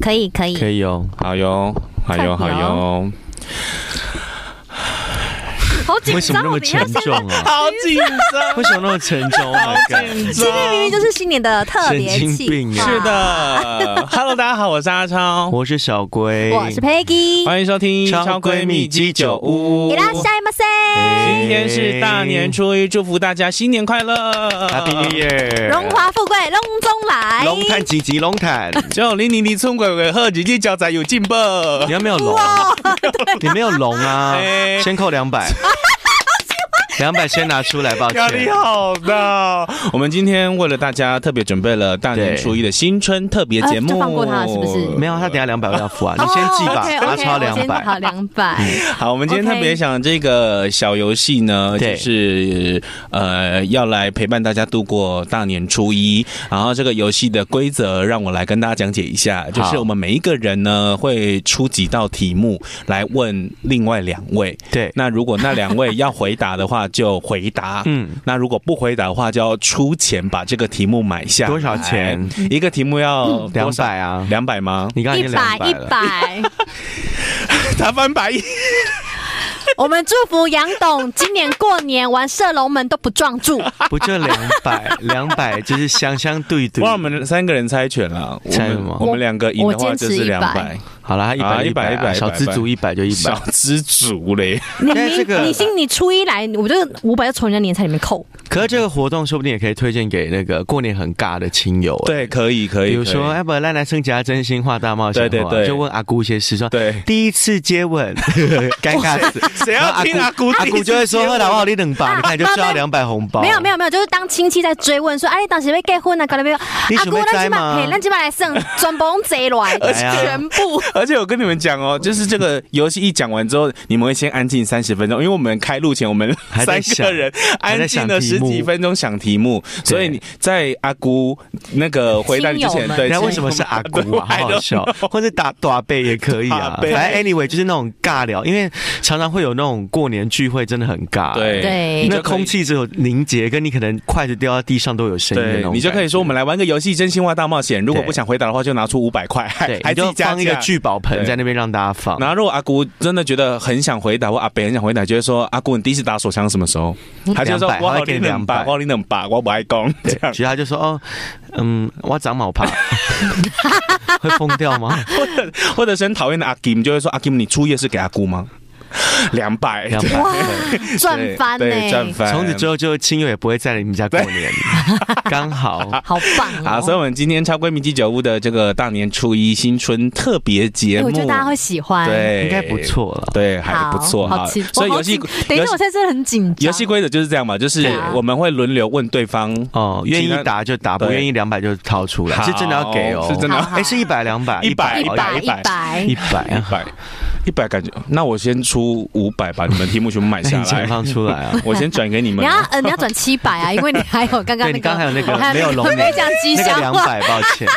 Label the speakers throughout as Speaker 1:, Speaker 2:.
Speaker 1: 可以可以，
Speaker 2: 可以哦。
Speaker 3: 好哟，好哟，好
Speaker 1: 快点
Speaker 3: 哟，
Speaker 1: 好紧
Speaker 2: 为什么
Speaker 1: 张
Speaker 2: 那
Speaker 1: 哦！你要
Speaker 2: 么沉
Speaker 1: 先，
Speaker 2: 重啊？
Speaker 3: 好紧张，
Speaker 2: 为什么那么沉重？Oh my god！
Speaker 1: 今天明明就是新年的特别
Speaker 2: 神经
Speaker 1: 企
Speaker 2: 病
Speaker 1: 划
Speaker 2: 啊
Speaker 3: 是，的。Hello，大家 好，我是阿超，
Speaker 2: 我是小龟，
Speaker 1: 我是 Peggy，
Speaker 2: 哎
Speaker 3: 欢迎收听《超闺蜜鸡酒屋
Speaker 1: 伊》。拉西马塞，
Speaker 3: 今天是大年初一，祝福大家新年快乐
Speaker 2: Happy New Year，
Speaker 1: 荣华富贵隆中来，
Speaker 2: 哎龙潭吉吉龙潭，
Speaker 3: 九零零零村鬼鬼贺，几句教仔有进步。
Speaker 2: 你要没有龙，你没有龙啊
Speaker 3: 哎，
Speaker 2: 先扣两百，两百先拿出来，抱歉
Speaker 3: 压。力好大。我们今天为了大家特别准备了大年初一的新春特别节目，
Speaker 1: 啊就放过他了是不是
Speaker 2: 没有，他等下两百我要付
Speaker 1: 哦
Speaker 2: 啊，你先记吧，阿超两
Speaker 1: 好
Speaker 2: 百。嗯
Speaker 1: 两百，
Speaker 3: 好，我们今天特别想这个小游戏呢，
Speaker 2: 对
Speaker 3: 就是呃要来陪伴大家度过大年初一。然后这个游戏的规则，让我来跟大家讲解一下，就是
Speaker 2: 好
Speaker 3: 我们每一个人呢会出几道题目来问另外两位。
Speaker 2: 对，
Speaker 3: 那如果那两位要回答的话，就回答。
Speaker 2: 嗯，
Speaker 3: 那如果不回答的话，就要出钱把这个题目买下。
Speaker 2: 多少钱？
Speaker 3: 一个题目要
Speaker 2: 两百啊，
Speaker 3: 两 百吗？
Speaker 2: 你刚刚已
Speaker 1: 一
Speaker 2: 经两
Speaker 1: 百
Speaker 2: 百
Speaker 1: 一
Speaker 2: 了。
Speaker 1: 百。
Speaker 3: 他翻白眼。
Speaker 1: 我们祝福杨董今年过年玩射龙门都不撞柱，
Speaker 2: 不就两百？两百就是相相对对
Speaker 3: 不。然我们三个人猜拳了，我
Speaker 2: 猜什
Speaker 3: 们
Speaker 2: 么
Speaker 3: 我们两个赢的话
Speaker 1: 我
Speaker 3: 就
Speaker 1: 坚持
Speaker 3: 是两百
Speaker 1: 100，
Speaker 2: 好了，他一
Speaker 3: 啊
Speaker 2: 百一
Speaker 3: 100
Speaker 2: 百一百，
Speaker 3: 100
Speaker 2: 小知足一百就一
Speaker 3: 小
Speaker 2: 百。
Speaker 3: 知足 嘞。
Speaker 1: 你
Speaker 2: 但哎是这个
Speaker 1: 你你心你初一来，我就五百就从人家年菜里面扣。
Speaker 2: 可是这个活动说不定也可以推荐给那个过年很尬的亲友。哎，
Speaker 3: 对，可以可以，
Speaker 2: 比如说哎
Speaker 3: 可以
Speaker 2: 要不要来男生夹真心话大冒险好啊？
Speaker 3: 对对对
Speaker 2: 就问阿姑一些事，说
Speaker 3: 对
Speaker 2: 第一次接吻， 尴尬死。
Speaker 3: 谁
Speaker 2: 然后
Speaker 3: 要听阿姑
Speaker 2: 阿
Speaker 3: 第一
Speaker 2: 姑
Speaker 3: 次
Speaker 2: 就会说：“
Speaker 3: 接
Speaker 2: 喝
Speaker 3: 吻
Speaker 2: 老我你冷吧，你看你就 赚到两百红包。”
Speaker 1: 没有没有没有，就是当亲戚在追问说，哎、你当时被结婚啊，搞了没有？
Speaker 2: 你
Speaker 1: 阿
Speaker 2: 准备
Speaker 1: 姑，
Speaker 2: 摘吗
Speaker 1: 嘿，咱今晚来送，全部贼来，
Speaker 2: 且
Speaker 1: 全部。
Speaker 3: 而且我跟你们讲哦，就是这 个游戏一讲完之后，你们会先安静三十分钟，因为我们开录前我们
Speaker 2: 还在
Speaker 3: 三
Speaker 2: 想
Speaker 3: 个人
Speaker 2: 还
Speaker 3: 安
Speaker 2: 在
Speaker 3: 静
Speaker 2: 想
Speaker 3: 了十
Speaker 2: 题
Speaker 3: 几
Speaker 2: 目
Speaker 3: 分钟想题目，所以你在阿姑那个回答你之
Speaker 1: 亲
Speaker 3: 前
Speaker 1: 友，们
Speaker 3: 对，
Speaker 2: 人家为
Speaker 3: 亲
Speaker 2: 什么
Speaker 3: 友
Speaker 2: 是阿姑
Speaker 3: 对
Speaker 2: 啊？好好笑，或者打打背也可以啊
Speaker 3: 打。
Speaker 2: 反
Speaker 3: 背
Speaker 2: 正 anyway 就是那种尬聊，因为常常会有那种过年聚会，真的很尬。
Speaker 3: 对
Speaker 1: 对
Speaker 2: 啊那空气只有凝结，跟你可能筷子掉到地上都有声音的那
Speaker 3: 对
Speaker 2: 种，
Speaker 3: 你就可以说我们来玩个游戏真心话大冒险。如果
Speaker 2: 对
Speaker 3: 不想回答的话，就拿出五百块，
Speaker 2: 感觉，
Speaker 3: 还
Speaker 2: 对，
Speaker 3: 还
Speaker 2: 你
Speaker 3: 自己
Speaker 2: 就
Speaker 3: 加
Speaker 2: 放一个
Speaker 3: 价。
Speaker 2: 聚宝盆在那边让大家放。
Speaker 3: 然后如果阿姑真的觉得很想回答，或阿北很想回答，就会说阿姑你第一次打手枪什么时候？他就说
Speaker 2: 200
Speaker 3: 我
Speaker 2: 他
Speaker 3: 好
Speaker 2: 会给
Speaker 3: 你
Speaker 2: 你
Speaker 3: 冷吧，
Speaker 2: 200
Speaker 3: 我好你冷吧，我不爱讲 这样。
Speaker 2: 其实他就说：“哦，嗯，我长毛 怕，会疯掉吗？
Speaker 3: 或者或者是很讨厌的阿金，就会说阿金你初夜是给阿姑吗？两百，
Speaker 2: 两
Speaker 3: 对
Speaker 2: 百。”
Speaker 1: 哇，赚翻呢、
Speaker 3: 对赚翻。
Speaker 2: 从此之后，就亲友也不会在你们家过年，刚 好。
Speaker 1: 好棒哦！
Speaker 3: 好，所以我们今天超闺蜜鸡酒屋的这个大年初一新春特别节
Speaker 1: 哎
Speaker 3: 目，
Speaker 1: 我觉得大家会喜欢。
Speaker 3: 对
Speaker 2: 应该不错了
Speaker 3: 对，还不错
Speaker 1: 好
Speaker 3: 哈。
Speaker 1: 期
Speaker 3: 所以
Speaker 1: 我好
Speaker 3: 游戏
Speaker 1: 紧等一
Speaker 3: 游
Speaker 1: 下，
Speaker 3: 戏
Speaker 1: 我现在真的很紧张。
Speaker 3: 游戏规则就是这样嘛，就是
Speaker 1: 对啊
Speaker 3: 我们会轮流问对方。
Speaker 2: 哦，愿意打就打，
Speaker 3: 对
Speaker 2: 不愿意两百就掏出来，
Speaker 3: 好
Speaker 2: 是真的要给哦，
Speaker 3: 是真的
Speaker 1: 好好
Speaker 2: 哎，是一百两百，哦
Speaker 3: 100
Speaker 1: 一百一
Speaker 3: 100
Speaker 1: 百
Speaker 2: 一，百
Speaker 3: 一
Speaker 2: 啊，
Speaker 3: 百，一百感觉，那我先出五百把你们题目全部买
Speaker 2: 那
Speaker 3: 下
Speaker 2: 你钱
Speaker 3: 来，，
Speaker 2: 放出来啊
Speaker 3: 我先转给你
Speaker 1: 你
Speaker 3: 们
Speaker 1: 要。呃你要转七百啊，因为你还有刚刚那个，
Speaker 2: 对你刚还有那个
Speaker 1: 我还
Speaker 2: 没有龙
Speaker 1: 会不会
Speaker 2: 年
Speaker 1: 讲吉
Speaker 2: 那个
Speaker 1: 祥
Speaker 2: 两
Speaker 1: 话？
Speaker 2: 百，抱歉，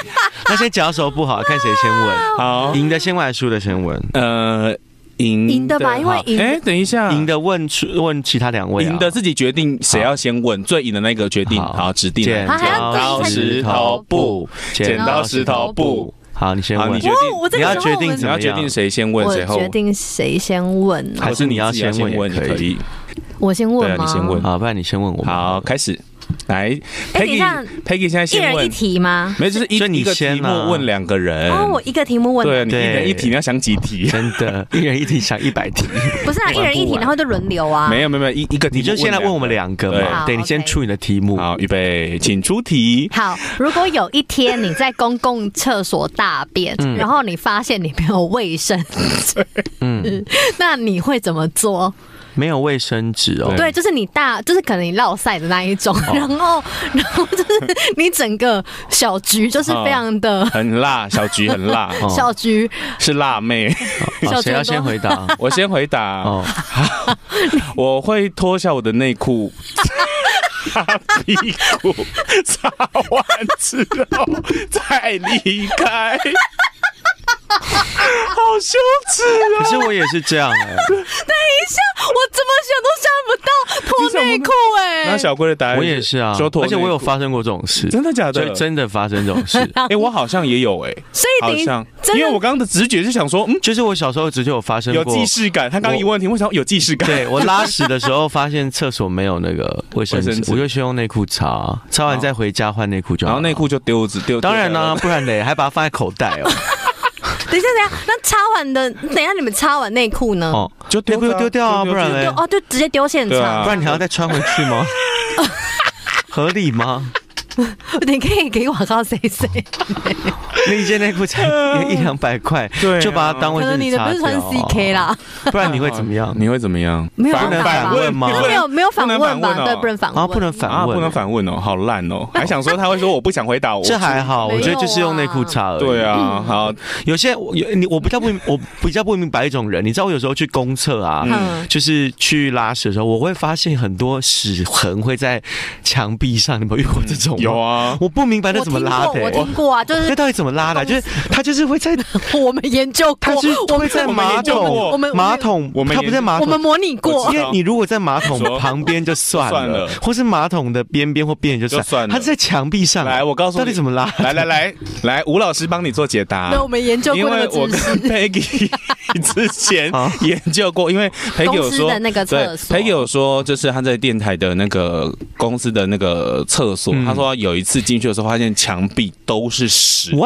Speaker 2: 那先脚手不好，看谁先问，
Speaker 3: 好，
Speaker 2: 赢的先问，还是输的先问，
Speaker 3: 呃，赢
Speaker 1: 赢的嘛因为
Speaker 3: 哈
Speaker 1: 赢
Speaker 3: 哎，等一下，
Speaker 2: 赢的问出问其他两位啊，
Speaker 3: 赢的自己决定谁要先问，最赢的那个决定，
Speaker 2: 好
Speaker 3: 好指定
Speaker 2: 剪
Speaker 1: 啊还要
Speaker 2: 刀
Speaker 1: 自己
Speaker 2: 石
Speaker 1: 看
Speaker 2: 头布，
Speaker 3: 剪刀石头布，
Speaker 2: 好，你先
Speaker 3: 哦好
Speaker 2: 问
Speaker 3: 你决，定，
Speaker 1: 哦我这个
Speaker 2: 你要
Speaker 1: 时候
Speaker 2: 决定
Speaker 1: 我们
Speaker 3: 你要决定谁先问
Speaker 1: 我
Speaker 3: 谁后
Speaker 1: 决，定谁先问呢？
Speaker 2: 还是你要先问也
Speaker 3: 问
Speaker 2: 可以
Speaker 3: 以。
Speaker 1: 我先
Speaker 3: 对
Speaker 1: 问
Speaker 3: 啊
Speaker 1: 吗？
Speaker 3: 你先问
Speaker 2: 好，不然你先问我，
Speaker 3: 好，，开始，来
Speaker 1: 哎等一下
Speaker 3: ，Peggy，Peggy 现在
Speaker 1: 一
Speaker 3: 先
Speaker 1: 人一
Speaker 3: 问，嗯
Speaker 1: 题吗？
Speaker 3: 没有，就是一
Speaker 2: 所以你
Speaker 3: 一个题
Speaker 2: 先
Speaker 3: 目
Speaker 2: 啊
Speaker 3: 问两个人。
Speaker 1: 哦，我一个题目问，
Speaker 3: 对，你一人
Speaker 2: 对
Speaker 3: 一题，你要想几题？
Speaker 2: 真的，一人一题想一百 题，
Speaker 1: 不是啊，一人一题，然后就轮流啊。
Speaker 3: 没有没有没有，一一个
Speaker 2: 你
Speaker 3: 题目
Speaker 2: 就先来问我们两个
Speaker 3: 对
Speaker 2: 嘛，
Speaker 1: 好
Speaker 2: 对你先
Speaker 1: OK
Speaker 2: 出你的题目，
Speaker 3: 好，预备，请出题。
Speaker 1: 好，如果有一天你在公共厕所大便，
Speaker 3: 嗯
Speaker 1: 然后你发现你没有卫 生纸，
Speaker 2: 嗯，
Speaker 1: 那你会怎么做？
Speaker 2: 没有卫生纸哦，
Speaker 1: 对，就是你大，就是可能你落晒的那一种，
Speaker 3: 哦
Speaker 1: 然后，然后就是你整个小局就是非常的
Speaker 3: 很辣，小菊很辣，
Speaker 2: 哦
Speaker 1: 小局，
Speaker 3: 是 辣妹。
Speaker 2: 好
Speaker 1: 小猪
Speaker 2: 谁要
Speaker 1: 多
Speaker 2: 先回答？
Speaker 3: 我先回答，
Speaker 2: 哦，
Speaker 3: 我会脱下我的内裤，擦屁 股，擦完之后再离 开。好羞耻啊！欸
Speaker 2: 可是我也是这样哎，
Speaker 1: 等一下，怎么想都想不到
Speaker 3: 你
Speaker 1: 脱
Speaker 3: 想不
Speaker 1: 内裤哎、
Speaker 3: 那小龟的答案，
Speaker 2: 我也是啊
Speaker 3: 说，脱
Speaker 2: 而且我有
Speaker 3: 内裤
Speaker 2: 发生过这种事，
Speaker 3: 真的假的
Speaker 2: 所？以真的发生这种 事。
Speaker 3: 哎、我好像也有哎、
Speaker 1: 所以
Speaker 3: 好
Speaker 1: 等于
Speaker 3: 像，
Speaker 1: 真
Speaker 3: 因
Speaker 1: 的
Speaker 3: 为我刚刚的直觉是想说，嗯，
Speaker 2: 就是我小时候只是有发生
Speaker 3: 有
Speaker 2: 过，
Speaker 3: 既视感。他刚刚一问题，为什么有既视感？
Speaker 2: 对我拉屎的时候发现厕所没有那个卫生
Speaker 3: 卫生
Speaker 2: 纸，
Speaker 3: 纸
Speaker 2: 我就先用内裤擦，擦完再回家换内裤就好了。
Speaker 3: 然后内裤就丢子丢。
Speaker 2: 啊当然啦、
Speaker 3: 呢，
Speaker 2: 不然嘞，还把它放在口袋 哦。
Speaker 1: 等一下，等一下，那擦完的，等一下你们擦完内裤呢？
Speaker 2: 哦，
Speaker 3: 就丢
Speaker 2: 内裤就丢掉啊不然嘞
Speaker 1: 就哦，就直接丢现
Speaker 3: 对
Speaker 1: 场。
Speaker 3: 啊
Speaker 2: 不然你还要再穿回去 吗？合理吗？
Speaker 1: 你可以给广告谁谁？
Speaker 2: 那一件内裤才一两百块，
Speaker 3: 对啊
Speaker 2: 就把它 当卫
Speaker 1: 可能
Speaker 2: 生
Speaker 1: 你
Speaker 2: 纸
Speaker 1: 的
Speaker 2: 擦
Speaker 1: 不是穿
Speaker 2: 掉
Speaker 1: CK 啦，
Speaker 2: 不然你会怎么样？
Speaker 3: 你会怎么样？
Speaker 1: 没有
Speaker 3: 反
Speaker 1: 办法
Speaker 3: 反问吗？
Speaker 1: 没有没有反
Speaker 3: 能
Speaker 1: 问吧？
Speaker 3: 哦
Speaker 1: 对，不能反问，
Speaker 2: 啊，不能反
Speaker 3: 啊，
Speaker 2: 问，
Speaker 3: 不能。反问哦，好烂哦！还想说他会说我不想回答我，
Speaker 2: 这还好，
Speaker 1: 没
Speaker 2: 我
Speaker 1: 有啊
Speaker 2: 觉得就是用内裤擦而已。
Speaker 3: 对，啊，好，
Speaker 2: 有些我有你，我比较不明，我比较不明白一种人，你知道，我有时候去公厕啊，
Speaker 1: 嗯
Speaker 2: 就是去拉屎的时候，我会发现很多屎痕会在墙壁上，你们有遇过这种吗？
Speaker 3: 有，啊，
Speaker 2: 我不明白那
Speaker 1: 我
Speaker 2: 怎么
Speaker 1: 听
Speaker 2: 拉
Speaker 1: 过，
Speaker 2: 的、
Speaker 1: 我
Speaker 2: 欸，
Speaker 1: 听过啊，就
Speaker 2: 那
Speaker 1: 是
Speaker 2: 到底怎么拉的？就是它就是会在，
Speaker 1: 我们研究过
Speaker 2: 它是，
Speaker 1: 我
Speaker 2: 会
Speaker 1: 们
Speaker 2: 在
Speaker 1: 我们
Speaker 2: 马
Speaker 1: 研究
Speaker 3: 过
Speaker 2: 桶，
Speaker 1: 我们
Speaker 2: 马桶，
Speaker 3: 我们
Speaker 2: 它不在马
Speaker 1: 我们
Speaker 2: 桶。
Speaker 1: 模拟
Speaker 3: 我
Speaker 1: 过
Speaker 3: 知
Speaker 2: 因
Speaker 3: 道。
Speaker 2: 为你如果在马桶
Speaker 3: 说
Speaker 2: 旁边就算
Speaker 3: 算
Speaker 2: 了
Speaker 3: 了，
Speaker 2: 或是马桶的边边或边缘就
Speaker 3: 就
Speaker 2: 算
Speaker 3: 算
Speaker 2: 了，
Speaker 3: 了
Speaker 2: 它是在墙壁上。
Speaker 3: 来，我告诉你
Speaker 2: 到底怎么拉？
Speaker 3: 来来来来，吴老师帮你做解答
Speaker 1: 对，。我们研究
Speaker 3: 因
Speaker 1: 过那
Speaker 3: 为
Speaker 1: 个
Speaker 3: 我
Speaker 1: 姿
Speaker 3: 跟
Speaker 1: 势。
Speaker 3: Peggy 之前
Speaker 2: 啊
Speaker 3: 研究过，因为 Peggy 有
Speaker 1: 公司
Speaker 3: 说
Speaker 1: 的那个
Speaker 3: 对
Speaker 1: 厕所，
Speaker 3: ，Peggy 有说，就是他在电台的那个公司的那个厕所，
Speaker 2: 嗯
Speaker 3: 他说有一次进去的时候，发现墙壁都是屎。对，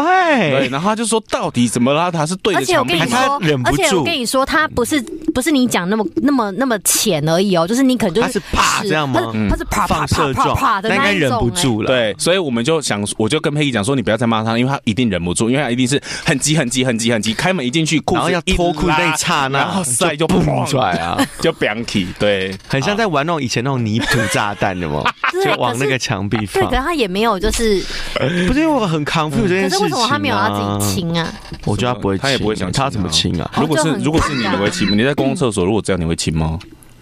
Speaker 2: 喂，
Speaker 3: 然后他就说到底怎么拉？他是对
Speaker 1: 而
Speaker 3: 着
Speaker 1: 且我
Speaker 3: 墙
Speaker 1: 跟
Speaker 3: 壁
Speaker 1: 你
Speaker 2: 还是他
Speaker 1: 说
Speaker 2: 忍，不
Speaker 1: 而
Speaker 2: 住
Speaker 1: 且我跟你说，他不是不是你讲那么那么那么浅而已哦，就是你可能就
Speaker 2: 他是啪
Speaker 1: 使
Speaker 2: 这样吗嗯
Speaker 1: 他是他是啪啪
Speaker 2: 放
Speaker 1: 啪
Speaker 2: 射
Speaker 1: 啪啪
Speaker 2: 状，
Speaker 1: 的
Speaker 2: 那应
Speaker 1: 那
Speaker 2: 该
Speaker 1: 一
Speaker 2: 忍
Speaker 1: 种，哎
Speaker 2: 不住了。，
Speaker 3: 对，所以我们就想，我就跟佩奇讲说，你不要再骂他，因为他一定忍不住，因为他一定是很急、很急、很急、很急，开门一进去，裤
Speaker 2: 然后
Speaker 3: 子
Speaker 2: 要
Speaker 3: 一
Speaker 2: 脱裤子
Speaker 3: 拉
Speaker 2: 那一刹那，
Speaker 3: 然后塞就
Speaker 2: 蹦
Speaker 3: 砰
Speaker 2: 出来，啊，
Speaker 3: 就 b a n k y 对，
Speaker 2: 很像在玩那种以前那种泥土炸弹，有吗？
Speaker 1: 啊对
Speaker 2: 就往那
Speaker 1: 可
Speaker 2: 个
Speaker 1: 是
Speaker 2: 墙壁
Speaker 1: 哎对，
Speaker 2: 放
Speaker 1: 可。是他也没有就是，
Speaker 2: 不是因为我很 confused 这件
Speaker 1: 可是
Speaker 2: 事情、啊、
Speaker 1: 为什么他没有要自己？亲啊？
Speaker 2: 我觉得他不会亲，
Speaker 3: 他也不会想亲啊
Speaker 2: 他怎么亲啊？
Speaker 1: 哦
Speaker 3: 如果
Speaker 1: 这
Speaker 3: 是
Speaker 1: 很
Speaker 3: 如果是你，
Speaker 1: 尴尬
Speaker 3: 你会亲吗？你在公共厕所，如果这样，你会 亲吗？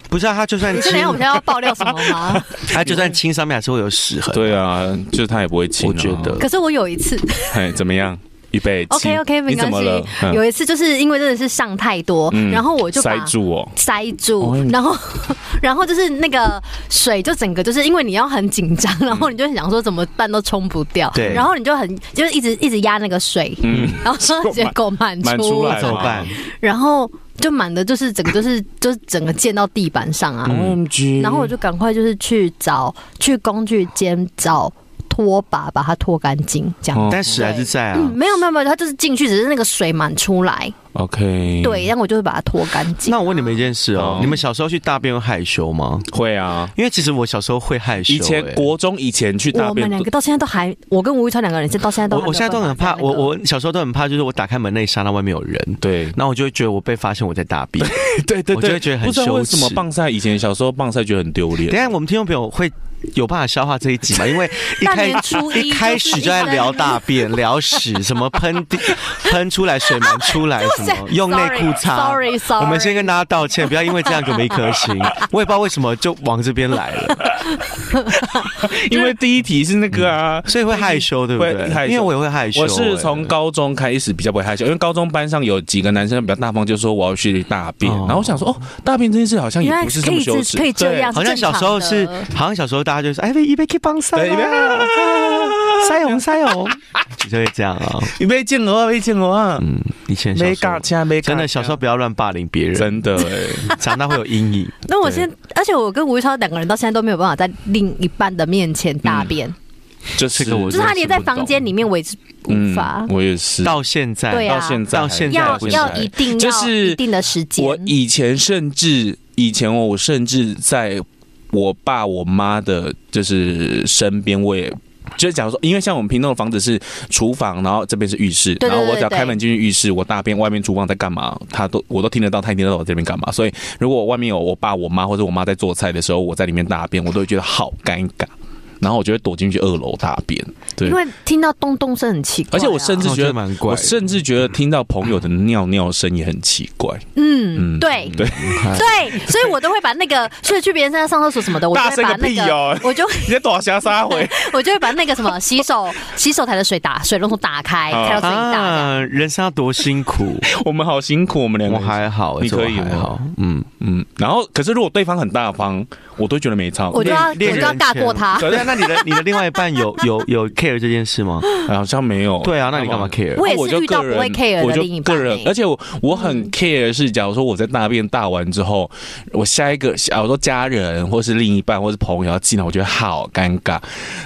Speaker 2: 不是啊，他就算
Speaker 1: 你是
Speaker 2: 亲
Speaker 1: 等一，下我们现在要爆料什么 吗？
Speaker 2: 他就算亲上面还是会有屎痕。
Speaker 3: 对啊，就是他也不会亲、啊。
Speaker 2: 我觉得
Speaker 1: 可是我有一 次，
Speaker 3: 哎，怎么样？预备
Speaker 1: OK
Speaker 3: 起
Speaker 1: OK，没
Speaker 3: 你
Speaker 1: 关
Speaker 3: 怎么了
Speaker 1: 系？。有一次就是因为真的是上太多，
Speaker 3: 嗯
Speaker 1: 然后我就把
Speaker 3: 塞住哦，
Speaker 1: 塞住
Speaker 3: 哦，
Speaker 1: 然后 然后就是那个水就整个就是因为你要很紧张，
Speaker 3: 嗯
Speaker 1: 然后你就想说怎么办都冲不掉，
Speaker 2: 对
Speaker 1: 然后你就很就是一直一直压那个水，
Speaker 3: 嗯，
Speaker 1: 然后结果满
Speaker 3: 满
Speaker 1: 出
Speaker 3: 出
Speaker 1: 来，
Speaker 3: 来
Speaker 2: 那怎么办？
Speaker 3: 啊
Speaker 1: 然后就满的就是整个就是 就是整个溅到地板上
Speaker 2: 嗯
Speaker 1: 啊，
Speaker 3: ，OMG
Speaker 1: 然后我就赶快就是去找去工具间找拖把把它拖干净，这样。
Speaker 3: 哦
Speaker 2: 但屎还是在啊。
Speaker 1: 嗯，没有没有没有，它就是进去，只是那个水满出来，
Speaker 3: OK，
Speaker 1: 对，，然后我就会把它拖干净。
Speaker 2: 嗯那我问你们一件事哦
Speaker 3: 哦，
Speaker 2: 你们小时候去大便会害羞吗？
Speaker 3: 会啊。
Speaker 2: 因为其实我小时候会害羞、
Speaker 3: 以前
Speaker 2: 欸
Speaker 3: 国中以前去大
Speaker 1: 我
Speaker 3: 便
Speaker 1: 们两个到现在都还，我跟吴玉超两个人，现在到现在都
Speaker 2: 我
Speaker 1: 还没有
Speaker 2: 我现在都很怕，
Speaker 1: 办法在那
Speaker 2: 我
Speaker 1: 个
Speaker 2: 我小时候都很怕，就是我打开门那一刹那外面有人，
Speaker 3: 对
Speaker 2: 然后我就会觉得我被发现我在大便。
Speaker 3: 对对
Speaker 2: 我就会觉得很
Speaker 3: 不知道为什么
Speaker 2: 羞耻
Speaker 3: 棒赛以前小时候棒赛觉得很丢
Speaker 2: 等一
Speaker 3: 脸。
Speaker 2: 下我们听众朋友会有办法消化这一集吗？因为 一开
Speaker 1: 大年初一
Speaker 2: 一开始就在聊大便、聊屎，什么喷 地喷出来、水门出来，什么用内裤擦。
Speaker 1: Sorry, sorry.
Speaker 2: 我们先跟大家道歉，不要因为这样给我们一颗星。我也不知道为什么就往这边来了，
Speaker 3: 因为第一题是那个啊，
Speaker 2: 所以会害羞，对不对
Speaker 3: 会害？羞
Speaker 2: 因为我也会害羞、
Speaker 3: 我是从
Speaker 2: 欸
Speaker 3: 高中开始比较不会害羞，因为高中班上有几个男生比较大方，就说我要去大便，
Speaker 2: 哦
Speaker 3: 然后我想说哦，大便这件事好像也
Speaker 1: 原来
Speaker 3: 不是
Speaker 1: 可
Speaker 3: 这么
Speaker 1: 以
Speaker 3: 羞
Speaker 1: 这
Speaker 3: 耻，
Speaker 1: 可以这样，
Speaker 2: 好像小时候是，好像小时候大家就是哎，一杯 K 帮塞
Speaker 3: 对一杯
Speaker 2: 啦，
Speaker 1: 啊
Speaker 2: 塞红塞红，就会这样啊。
Speaker 3: 你没见我啊，没见我啊，
Speaker 2: 嗯，以前小
Speaker 3: 没
Speaker 2: 时候
Speaker 3: 尬掐，没
Speaker 2: 真的小时候不要乱霸凌别人，
Speaker 3: 真的哎，
Speaker 2: 长大会有阴影。
Speaker 1: 那我现在，而且我跟吴玉超两个人到现在都没有办法在另一半的面前大便，
Speaker 3: 就是嗯
Speaker 2: 这个我
Speaker 1: 就是他连在房间里面我也是无法，
Speaker 3: 我也 是
Speaker 2: 到现在，
Speaker 1: 对啊
Speaker 3: 到现在
Speaker 2: 到现在
Speaker 1: 要
Speaker 2: 不行
Speaker 1: 要一定要、
Speaker 3: 就是
Speaker 1: 一定的时间。
Speaker 3: 我以前甚至以前我甚至在我爸我妈的，就是身边，我也。就是假如说，因为像我们平东的房子是厨房，然后这边是浴室，
Speaker 1: 对对
Speaker 3: 然后我只要
Speaker 1: 对对
Speaker 3: 开门进去浴室，我大便外面厨房在干嘛，他都我都听得到，他也听得到我这边干嘛。所以如果我外面有我爸、我妈或者我妈在做菜的时候，我在里面大便，我都会觉得好尴尬。然后我就会躲进去二楼大便。对
Speaker 1: 因，为听到咚咚声很奇怪啊、
Speaker 3: 而且我甚至
Speaker 2: 我
Speaker 3: 觉
Speaker 2: 觉
Speaker 3: 得
Speaker 2: 得蛮怪
Speaker 3: 我
Speaker 2: 哦的
Speaker 3: 甚至觉得听到朋友的尿尿声也很奇 怪。
Speaker 1: 嗯，
Speaker 3: 嗯
Speaker 1: 对
Speaker 3: 对，
Speaker 1: 对，所以我都会把那个，所以去别人家上厕所什么的，我就
Speaker 3: 大
Speaker 1: 会
Speaker 3: 声
Speaker 1: 把
Speaker 3: 个
Speaker 1: 那
Speaker 3: 屁
Speaker 1: 个，
Speaker 3: 哦！
Speaker 1: 我就
Speaker 3: 你在躲霞撒 回？
Speaker 1: 我就会把那个什么洗手洗手台的水打水龙头打开，
Speaker 3: 啊
Speaker 1: 开到最大这样。
Speaker 2: 啊，人生要多辛 苦，
Speaker 3: 我们好辛苦，我们两个
Speaker 2: 我
Speaker 3: 人
Speaker 2: 还好，
Speaker 3: 你
Speaker 2: 这我
Speaker 3: 可以
Speaker 2: 还
Speaker 3: 吗
Speaker 2: 好，嗯，
Speaker 3: 嗯。然后，可是如果对方很大方，我都觉得没差。
Speaker 1: 我就要我就
Speaker 2: 练
Speaker 1: 要
Speaker 2: 人
Speaker 1: 尬过
Speaker 2: 权
Speaker 1: 他，
Speaker 2: 对啊，那你的你的另外一半有有有 care 这件事吗？
Speaker 3: 好像没有。
Speaker 2: 对啊，那你干嘛 care？
Speaker 1: 我也
Speaker 3: 我
Speaker 1: 是
Speaker 3: 就
Speaker 1: 遇到
Speaker 3: 个
Speaker 1: 不
Speaker 3: 人，
Speaker 1: 会 care
Speaker 3: 我
Speaker 1: 的
Speaker 3: 就
Speaker 1: 另一半
Speaker 3: 个人，而
Speaker 1: 欸。
Speaker 3: 且我我很 care 是，假如说我在大便大完之后，我下一个，假如说家人或是另一半或是朋友要进来，我觉得好尴尬，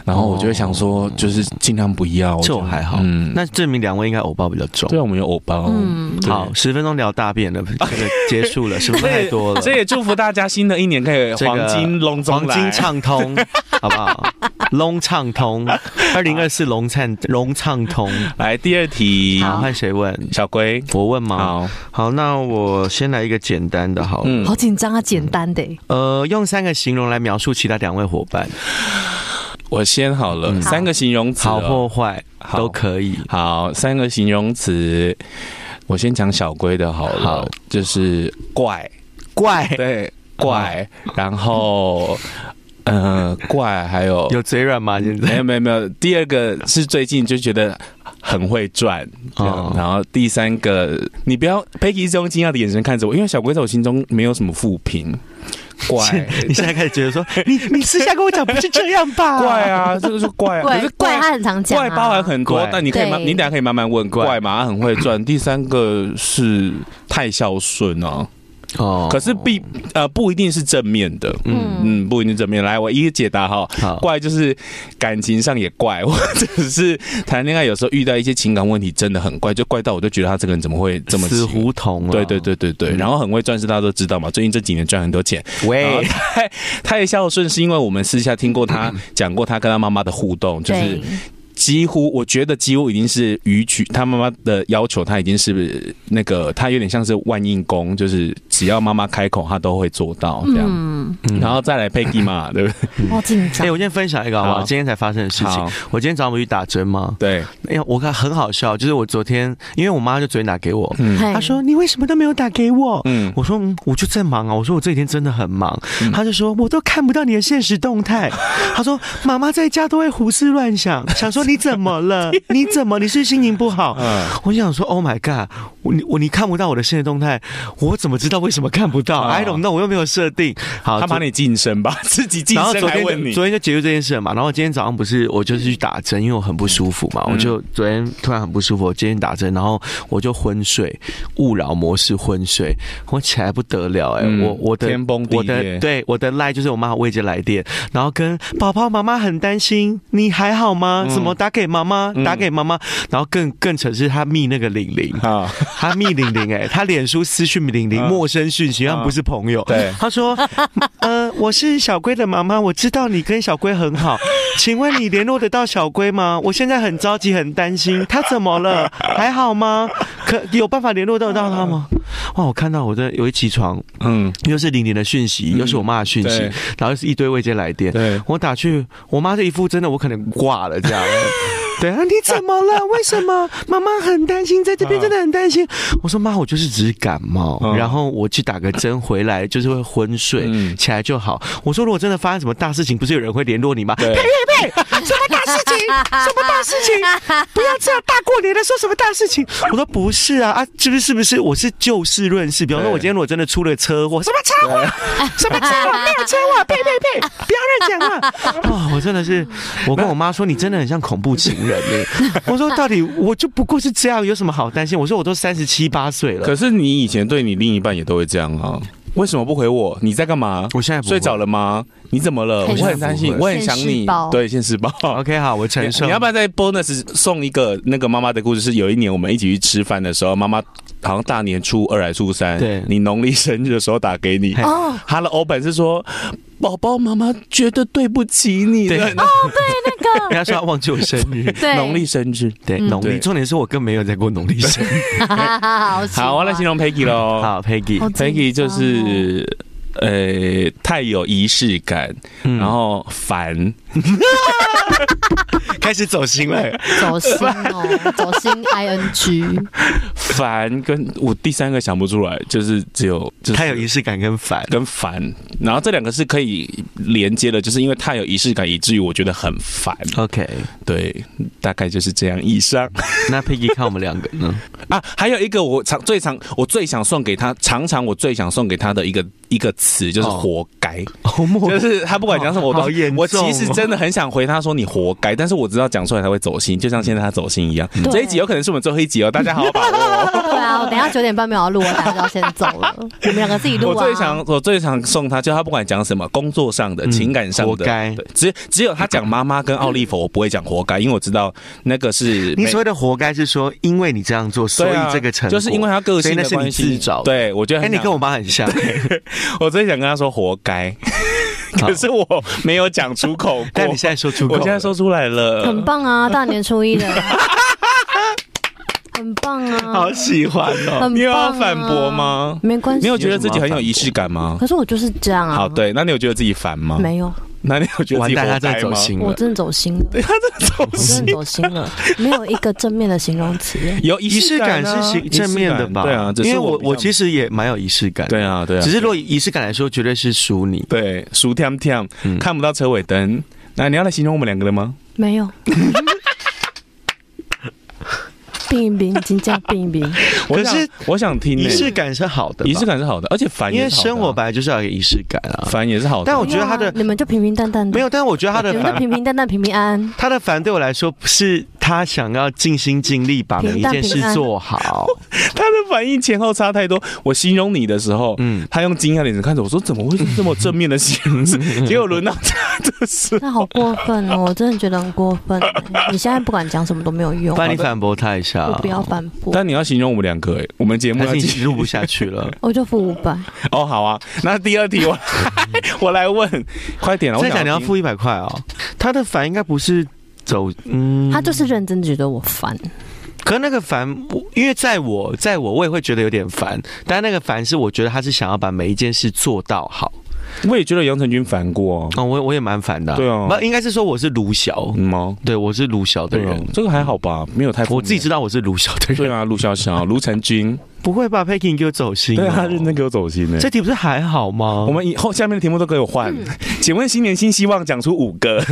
Speaker 3: 然后我就会想说，就是尽量不要，
Speaker 2: 这
Speaker 3: 就
Speaker 2: 我还好，
Speaker 3: 嗯，
Speaker 2: 那证明两位应该偶包比较重
Speaker 3: 对。啊，我们有偶包，
Speaker 1: 嗯
Speaker 3: 对
Speaker 2: 好，，十分钟聊大便的这个结束了，是不是太多了？
Speaker 3: 这也祝福大家新的一年可以
Speaker 2: 这个
Speaker 3: 黄金隆中
Speaker 2: 黄
Speaker 3: 来
Speaker 2: 金畅 通，好不好？龙畅通，二零二四龙畅龙畅通。
Speaker 3: 来第二题，
Speaker 2: 好，换谁问？
Speaker 3: 小龟，
Speaker 2: 我问吗？
Speaker 3: 好，
Speaker 2: 好，那我先来一个简单的，好了。
Speaker 3: 嗯
Speaker 1: 好，紧张啊，简单的欸、
Speaker 2: 呃，用三个形容来描述其他两位伙伴，
Speaker 3: 我先好了，三个形容词哦，
Speaker 2: 嗯好或坏
Speaker 3: 好
Speaker 2: 都可以。
Speaker 3: 好，三个形容词，我先讲小龟的好了，
Speaker 2: 好
Speaker 3: 就是怪，
Speaker 2: 怪啊
Speaker 3: 对，怪，然后，呃，怪，还有。
Speaker 2: 有嘴软吗？现
Speaker 3: 嗯没
Speaker 2: 在
Speaker 3: 有没有没有，第二个是最近就觉得很会赚，这样
Speaker 2: 哦
Speaker 3: 然后第三个你不要 Peggy 一直用惊讶的眼神看着我，因为小龟在我心中没有什么负评， 怪
Speaker 2: 你现在开始觉得说，你你私下跟我讲不是这样吧？
Speaker 3: 怪啊，这个是怪、啊，可
Speaker 1: 怪
Speaker 3: 是
Speaker 1: 怪他很常讲、啊，
Speaker 3: 怪包含很多
Speaker 2: 怪，
Speaker 3: 但你可以慢，
Speaker 1: 对
Speaker 3: 你等下可以慢慢问
Speaker 2: 怪
Speaker 3: 怪嘛，他很会 赚。第三个是太孝顺哦，
Speaker 2: 哦
Speaker 3: 可是必呃不一定是正面的，
Speaker 2: 嗯
Speaker 1: 嗯
Speaker 3: 嗯，不一定正面。来，我一一解答哈。
Speaker 2: 好
Speaker 3: 怪就是感情上也怪，或者是谈恋爱有时候遇到一些情感问题真的很怪，就怪到我就觉得他这个人怎么会这么
Speaker 2: 死
Speaker 3: 奇
Speaker 2: 胡同啊？
Speaker 3: 对对对对对，
Speaker 2: 嗯
Speaker 3: 然后很会赚是大家都知道嘛，最近这几年赚很多钱。
Speaker 1: 哎
Speaker 3: 然后
Speaker 2: 喂，
Speaker 3: 太太孝顺是因为我们私下听过他 讲过他跟他妈妈的互动，就是
Speaker 1: 对，
Speaker 3: 几乎，我觉得几乎已经是逾矩。他妈妈的要求，他已经是那个，他有点像是万应功，就是只要妈妈开口，他都会做到这样。
Speaker 1: 嗯，
Speaker 2: 嗯
Speaker 3: 然后再来 Peggy 嘛，对不对？
Speaker 1: 好紧
Speaker 2: 哎、
Speaker 1: 张。
Speaker 2: 我今天分享一个好不 好？
Speaker 3: 好
Speaker 2: 今天才发生的事情
Speaker 3: 好。嗯
Speaker 2: 我今天早上不去打针吗？
Speaker 3: 对，
Speaker 2: 哎呀，我看很好笑，就是我昨天，因为我妈就昨天打给我，
Speaker 3: 嗯
Speaker 1: 嘿
Speaker 2: 她说你为什么都没有打给我？
Speaker 3: 嗯，
Speaker 2: 我说嗯我就在忙啊，我说我这几天真的很忙，
Speaker 3: 嗯
Speaker 2: 她就说我都看不到你的现实动态， 她说妈妈在家都会胡思乱想，想说你怎么 了？你怎么？你是心情不好？
Speaker 3: 嗯
Speaker 2: 我想说，Oh my god，我你我你看不到我的现实动态，我怎么知道为什么看不到、
Speaker 3: 哦
Speaker 2: i don't know，我又没有设定。好，
Speaker 3: 他把
Speaker 2: 昨
Speaker 3: 你晋升吧，自己晋
Speaker 2: 然后
Speaker 3: 升
Speaker 2: 昨
Speaker 3: 还
Speaker 2: 天
Speaker 3: 问
Speaker 2: 就
Speaker 3: 你。
Speaker 2: 昨天就结束这件事了嘛，然后今天早上不是我就是去打针，因为我很不舒服嘛，
Speaker 3: 嗯
Speaker 2: 我就昨天突然很不舒服，我今天打针，然后我就昏睡，勿扰模式昏睡，我起来不得了哎、
Speaker 3: 嗯
Speaker 2: 我我的
Speaker 3: 天崩地裂
Speaker 2: 我的对我的赖就是我妈未接来电，然后跟宝宝妈妈很担心，你还好吗？
Speaker 3: 嗯
Speaker 2: 怎么打给妈妈？
Speaker 3: 嗯
Speaker 2: 打给妈妈，然后更更扯是他密那个玲玲，
Speaker 3: 好，
Speaker 2: 他密玲玲 哎，他脸书私讯玲玲，
Speaker 3: 嗯
Speaker 2: 陌生讯息，他们不是朋友。
Speaker 3: 对
Speaker 2: 他 说，呃，我是小龟的妈妈，我知道你跟小龟很好，请问你联络得到小龟吗？我现在很着急，很担心，他怎么了？还好吗？可有办法联络得到他吗？哇，我看到我的有一起床，
Speaker 3: 嗯，
Speaker 2: 又是玲玲的讯息，
Speaker 3: 嗯
Speaker 2: 又是我妈的讯息
Speaker 3: 对，
Speaker 2: 然后又是一堆未接来电。
Speaker 3: 对，
Speaker 2: 我打去，我妈这一副真的我可能挂了这 样。对啊，你怎么了？为什么？妈妈很担心，在这边真的很担 心。我说妈，我就是只是感冒，
Speaker 3: 嗯
Speaker 2: 然后我去打个针回来，就是会昏睡，
Speaker 3: 嗯
Speaker 2: 起来就好。我说如果真的发生什么大事情，不是有人会联络你吗？
Speaker 3: 对，
Speaker 2: 什么大事 情？什么大事情？不要这样，大过年的说什么大事情？我说不是啊啊，是不是是不是？我是就事论事。比方说，
Speaker 3: 对
Speaker 2: 我今天如果真的出了车祸，什么车祸？什么车祸？没有车 祸，呸呸呸！不要乱 讲话。哦，我真的是，我跟我妈说，你真的很像恐怖情人 呢。我说到底，我就不过是这样，有什么好担心？我说我都三十七八岁了
Speaker 3: 可。是你以前对你另一半也都会这样啊？为什么不回我？你在干嘛？
Speaker 2: 我现在不会
Speaker 3: 睡着了吗？你怎么了？
Speaker 1: 很
Speaker 3: 我很担心，
Speaker 2: 幸福
Speaker 3: 我很想
Speaker 1: 现
Speaker 3: 你
Speaker 1: 世报。
Speaker 3: 对，现实报。
Speaker 2: OK，好，我承受。
Speaker 3: 你要不要再 bonus 送一个那个妈妈的故事？是有一年我们一起去吃饭的时候，妈妈好像大年初二还初三，
Speaker 2: 对
Speaker 3: 你农历生日的时候打给你，
Speaker 1: 哦，
Speaker 3: 她的 open 是说。宝宝，妈妈觉得对不起你
Speaker 2: 对
Speaker 3: 了。
Speaker 1: 那个，
Speaker 2: 人家说要忘记我生 日
Speaker 1: 对，
Speaker 3: 农历生日，
Speaker 2: 对
Speaker 1: 嗯
Speaker 2: 农历，
Speaker 3: 对
Speaker 2: 重点是我更没有在过农历生 日。
Speaker 1: 好奇怪，
Speaker 3: 哎好，我来形容 Peggy 喽。
Speaker 2: 好，Peggy，
Speaker 1: 好紧张哦
Speaker 3: ，Peggy 就是呃太有仪式感，
Speaker 2: 嗯
Speaker 3: 然后烦，
Speaker 2: 开始走心了。
Speaker 1: 走心哦，走心 I N G，
Speaker 3: 烦跟我第三个想不出来，就是只有就是
Speaker 2: 太有仪式感跟烦，
Speaker 3: 跟烦，然后这两个是可以连接的，就是因为太有仪式感，以至于我觉得很烦。
Speaker 2: OK，
Speaker 3: 对，大概就是这样。以上
Speaker 2: 那 Peggy 看我们两个呢？
Speaker 3: 啊，还有一个我常最常我最想送给他，常常我最想送给他的一个一个词就是“
Speaker 2: 哦
Speaker 3: 活该”
Speaker 2: 哦，莫
Speaker 3: 就是 他不管讲什么，我
Speaker 2: 好
Speaker 3: 都
Speaker 2: 严重哦
Speaker 3: 我其实真的很想回他说你活该，但是我知道讲出来他会走心，就像现在他走心一样。
Speaker 1: 对
Speaker 3: 这一集有可能是我们最后一集哦，大家好好把 握哦。
Speaker 1: 对啊，我等一下九点半没有要录，我打算要先走了。你们两个自己录
Speaker 3: 我
Speaker 1: 啊。
Speaker 3: 最常我最常送他，就他不管讲什么，工作上的、
Speaker 2: 嗯
Speaker 3: 情感上
Speaker 2: 活
Speaker 3: 的，
Speaker 2: 该
Speaker 3: 对只只有他讲妈妈跟奥利弗，我不会讲活该，因为我知道那个是
Speaker 2: 你所谓的活该是说，因为你这样做，所
Speaker 3: 对
Speaker 2: 以
Speaker 3: 啊
Speaker 2: 这个成果
Speaker 3: 就是因为他
Speaker 2: 所
Speaker 3: 个
Speaker 2: 以
Speaker 3: 性
Speaker 2: 那
Speaker 3: 的
Speaker 2: 是你
Speaker 3: 关系
Speaker 2: 自找的。
Speaker 3: 对，我觉得
Speaker 2: 哎，
Speaker 3: 很
Speaker 2: 你
Speaker 3: 想
Speaker 2: 跟我妈很像，
Speaker 3: 我最想跟他说活 该，可是我没有讲出口过。
Speaker 2: 但你现在说出口，
Speaker 3: 我现在，说出来了，
Speaker 1: 很棒啊，大年初一的，很棒啊
Speaker 2: 好，喜欢哦。
Speaker 1: 很棒、啊。
Speaker 3: 你有要反驳吗
Speaker 1: 没关
Speaker 3: 你
Speaker 1: 系
Speaker 3: 有，觉得自己很有仪式感吗？
Speaker 1: 可是我就是这样啊。
Speaker 3: 好，，对，那啊你有觉得自己烦吗？
Speaker 1: 没有，
Speaker 3: 那你有觉得自
Speaker 2: 完
Speaker 3: 己
Speaker 2: 蛋，
Speaker 3: 活
Speaker 2: 他在
Speaker 3: 该
Speaker 2: 走
Speaker 3: 吗？
Speaker 2: 心
Speaker 1: 我
Speaker 2: 了。
Speaker 1: 真的走心了，
Speaker 3: 他在走
Speaker 1: 我真
Speaker 3: 心
Speaker 1: 的，走心了，没有一个正面的形容词。
Speaker 3: 有仪
Speaker 2: 仪式感
Speaker 3: 啊
Speaker 2: 是形正面的吧？
Speaker 3: 对啊，只是
Speaker 2: 因为我我其
Speaker 3: 实
Speaker 2: 实也蛮有仪式感，
Speaker 3: 对，啊对啊，
Speaker 2: 只是若以仪式感来说，绝对是属你。
Speaker 3: 对数天天
Speaker 2: 嗯
Speaker 3: 看不到车尾灯。那你要来形容我们两个的吗？
Speaker 1: 没 有。 冰一冰，金价冰一冰，
Speaker 3: 我
Speaker 2: 可是
Speaker 3: 想我想听
Speaker 2: 仪
Speaker 3: 呢
Speaker 2: 式感是好的吧，
Speaker 3: 仪式感是好的，而且烦
Speaker 2: 因为
Speaker 3: 也是好的啊
Speaker 2: 生活本来就是要有仪式感啊。
Speaker 3: 烦也是好的。
Speaker 2: 但我觉得他的
Speaker 1: 没有啊你们就平平淡淡的，
Speaker 2: 没有，但我觉得他的
Speaker 1: 你们就
Speaker 2: 烦，
Speaker 1: 平平淡淡、平平安安。
Speaker 2: 他的烦对我来说，不是他想要尽心尽力把每一
Speaker 1: 平淡
Speaker 2: 件
Speaker 1: 平
Speaker 2: 事
Speaker 1: 安
Speaker 2: 做好。
Speaker 3: 他的反应前后差太多。我形容你的时候，
Speaker 2: 嗯，
Speaker 3: 他用惊讶的眼神看着我说：“怎么会是这么正面的形 容词？”结果轮到他的时候，
Speaker 1: 那好过分哦！我真的觉得很过分欸。你现在不管讲什么都没有用啊
Speaker 2: 不，然你反驳他一下啊
Speaker 1: 我，不要反驳，
Speaker 3: 啊但你要形容我们两个、欸，我们节目
Speaker 2: 还
Speaker 3: 要
Speaker 2: 是
Speaker 3: 继
Speaker 2: 你
Speaker 3: 续
Speaker 2: 录不下去了。
Speaker 1: 我就付五百。
Speaker 3: 哦，好啊，那第二题我 我来问，快点啊！ 我
Speaker 2: 再讲你要
Speaker 3: 听
Speaker 2: 付一百块哦。他的烦应该不是走，嗯，
Speaker 1: 他就是认真觉得我烦，
Speaker 2: 可那个烦，我因为在我在我我也会觉得有点烦，但那个烦是我觉得他是想要把每一件事做到好。
Speaker 3: 我也觉得杨丞君烦过、哦，
Speaker 2: 哦，我也我也蛮烦的、
Speaker 3: 对啊
Speaker 2: 不应该是说我是鲁小，
Speaker 3: 嗯吗？
Speaker 2: 对我是鲁小的
Speaker 3: 对啊
Speaker 2: 人，，
Speaker 3: 这个还好吧，没有太
Speaker 2: 我自己知
Speaker 3: 道。
Speaker 2: 道我是鲁小的 人，
Speaker 3: 对啊，陆小小、卢成君，
Speaker 2: 不会吧？Peggy 你给我走心、
Speaker 3: 对啊，他认真。给我走心呢、
Speaker 2: 这题不是还好吗？
Speaker 3: 我们以后下面的题目都可以换。
Speaker 1: 嗯
Speaker 3: 请问新年新希望，讲出五个。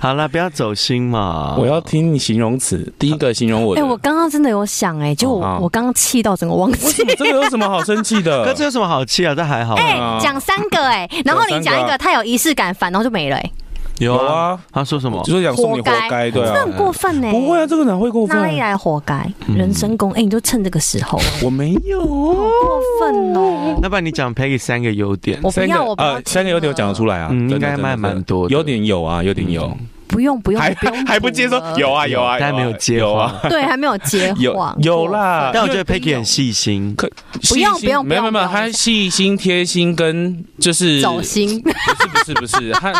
Speaker 2: 好了，不要走心嘛。
Speaker 3: 我要听你形容词，第一个形容我
Speaker 1: 哎、
Speaker 3: 的。
Speaker 1: 我刚刚真的有想哎、就我、
Speaker 3: 哦好
Speaker 1: 我刚刚气到整个忘记。
Speaker 3: 这个有什么好生气
Speaker 2: 可
Speaker 3: 的
Speaker 2: 这？有什么好气啊？这还好啊、
Speaker 3: 对啊
Speaker 1: 讲三个哎、然后你
Speaker 3: 讲三
Speaker 1: 讲
Speaker 3: 个啊
Speaker 1: 一个太有仪式感，烦，然后就没了哎、
Speaker 2: 有
Speaker 3: 有啊，
Speaker 2: 他说什么
Speaker 3: 就？是想送你活
Speaker 1: 活
Speaker 3: 该，对
Speaker 1: 真
Speaker 3: 啊
Speaker 1: 的。很过分哎、
Speaker 3: 不会啊，这个嗯哪会过分
Speaker 1: 哪？里来的活该？人身攻哎、你就趁这个时候，好
Speaker 3: 我没有。
Speaker 1: 过分哦！
Speaker 2: 那不然你讲 Peggy 三个优点，
Speaker 1: 我不
Speaker 3: 三个
Speaker 1: 要，我不要
Speaker 3: 呃，三个优点我讲得出
Speaker 1: 来，
Speaker 3: 来啊，
Speaker 2: 嗯应该
Speaker 3: 真的
Speaker 2: 蛮
Speaker 3: 真的
Speaker 2: 蛮多的
Speaker 3: 优点有啊，优点有，
Speaker 1: 不用不用，
Speaker 3: 还
Speaker 1: 不用
Speaker 3: 还不
Speaker 1: 补
Speaker 3: 接受
Speaker 1: 了，
Speaker 3: 有啊有啊，
Speaker 2: 但没有接
Speaker 3: 有啊
Speaker 2: 话，
Speaker 1: 对，还没有接
Speaker 3: 有
Speaker 1: 话，
Speaker 3: 有啦，
Speaker 2: 但我觉得 Peggy 很细心。
Speaker 1: 不用
Speaker 3: 细
Speaker 1: 不用
Speaker 3: 心没有
Speaker 1: 不
Speaker 3: 没有
Speaker 1: 用
Speaker 3: 没有，
Speaker 1: 不用
Speaker 3: 他细心贴心跟就是
Speaker 1: 走心，
Speaker 3: 不是不是不是，他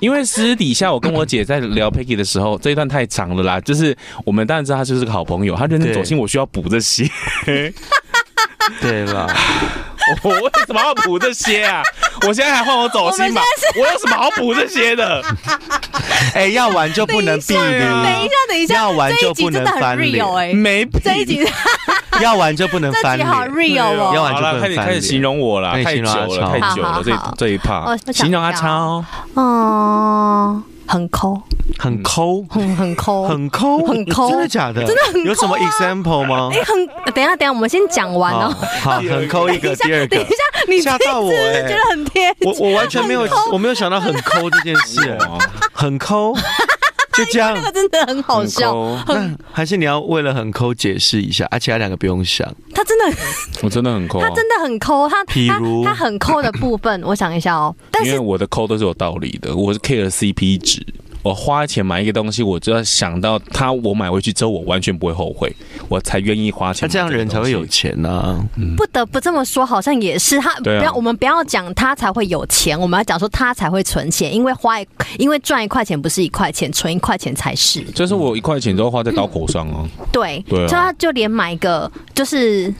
Speaker 3: 因为私底下我跟我姐在聊 Peggy 的时候，这一段太长了啦。就是我们当然知道他就是个好朋友，他认真
Speaker 2: 对
Speaker 3: 走心，我需要补这些。
Speaker 2: 对了，
Speaker 3: 我为什么要补这些啊？我现在还换我走心嘛？我有什么好补这些的？
Speaker 2: 哎，要玩就不能避
Speaker 3: 对啊
Speaker 1: 等一
Speaker 2: 驴
Speaker 1: 下，等一下，
Speaker 2: 要玩
Speaker 1: 这
Speaker 2: 就
Speaker 1: 一集
Speaker 2: 不
Speaker 1: 真
Speaker 2: 能
Speaker 1: 的很
Speaker 2: 翻脸
Speaker 1: real 哎、
Speaker 3: 没
Speaker 1: 这一集
Speaker 2: 要玩就不能
Speaker 1: 这
Speaker 2: 翻
Speaker 1: 集好
Speaker 2: 脸。
Speaker 1: real
Speaker 2: 要
Speaker 1: 哦。
Speaker 2: 玩就
Speaker 3: 好
Speaker 2: 不能
Speaker 3: 了，开始
Speaker 2: 翻
Speaker 3: 开始
Speaker 2: 脸
Speaker 3: 形容我啦，
Speaker 2: 那
Speaker 3: 太
Speaker 2: 你
Speaker 3: 久
Speaker 2: 形容阿
Speaker 3: 了，
Speaker 2: 超
Speaker 3: 太久
Speaker 1: 好好
Speaker 3: 了，这一
Speaker 1: 好哦
Speaker 3: 这一趴
Speaker 1: 我想
Speaker 3: 形容阿啊超，
Speaker 1: 哦，很抠，
Speaker 2: 很抠，
Speaker 1: 很很抠，
Speaker 2: 很抠，
Speaker 1: 很抠啊
Speaker 2: 真的假的？真的很有什么 example 吗？
Speaker 1: 哎、很。等一下，等一下，我们先讲完
Speaker 2: 好，
Speaker 1: 哦。
Speaker 2: 好，很抠一
Speaker 1: 等
Speaker 2: 个
Speaker 1: 一，下，
Speaker 2: 第二
Speaker 1: 等一
Speaker 2: 个，
Speaker 1: 下，你
Speaker 2: 吓
Speaker 1: 这
Speaker 2: 到我
Speaker 1: 一次
Speaker 2: 哎
Speaker 1: 觉得很贴切
Speaker 2: 我我完全没有，我没有想到很抠这件事，哎
Speaker 3: 哦
Speaker 2: 很抠，就这样
Speaker 1: 这。个真的很好笑，
Speaker 3: 很抠
Speaker 2: 那还是你要为了很抠解释一下，而啊其他两个不用想。
Speaker 1: 他真的
Speaker 3: 我真的很抠啊，
Speaker 1: 他真的很抠，他
Speaker 2: 譬
Speaker 1: 他
Speaker 2: 如
Speaker 1: 他很抠的部分，我想一下哦。但
Speaker 3: 因为
Speaker 1: 是
Speaker 3: 我的抠都是有道理的，我是 care CP 值。我花钱买一个东西，我就要想到它，我买回去之后我完全不会后悔，我才愿意花
Speaker 2: 那啊
Speaker 3: 钱。
Speaker 2: 这样人才会有。钱啊呐、
Speaker 1: 不得不这么说，好像也是他不
Speaker 3: 对啊
Speaker 1: 要我们不要讲他才会有钱，我们要讲说他才会存钱，因为花一因为赚一块钱不是一块钱，存一块钱才是
Speaker 3: 就是我一块钱都花在刀口上哦、
Speaker 1: 对，
Speaker 3: 对啊
Speaker 1: 所以他就连买一个就是。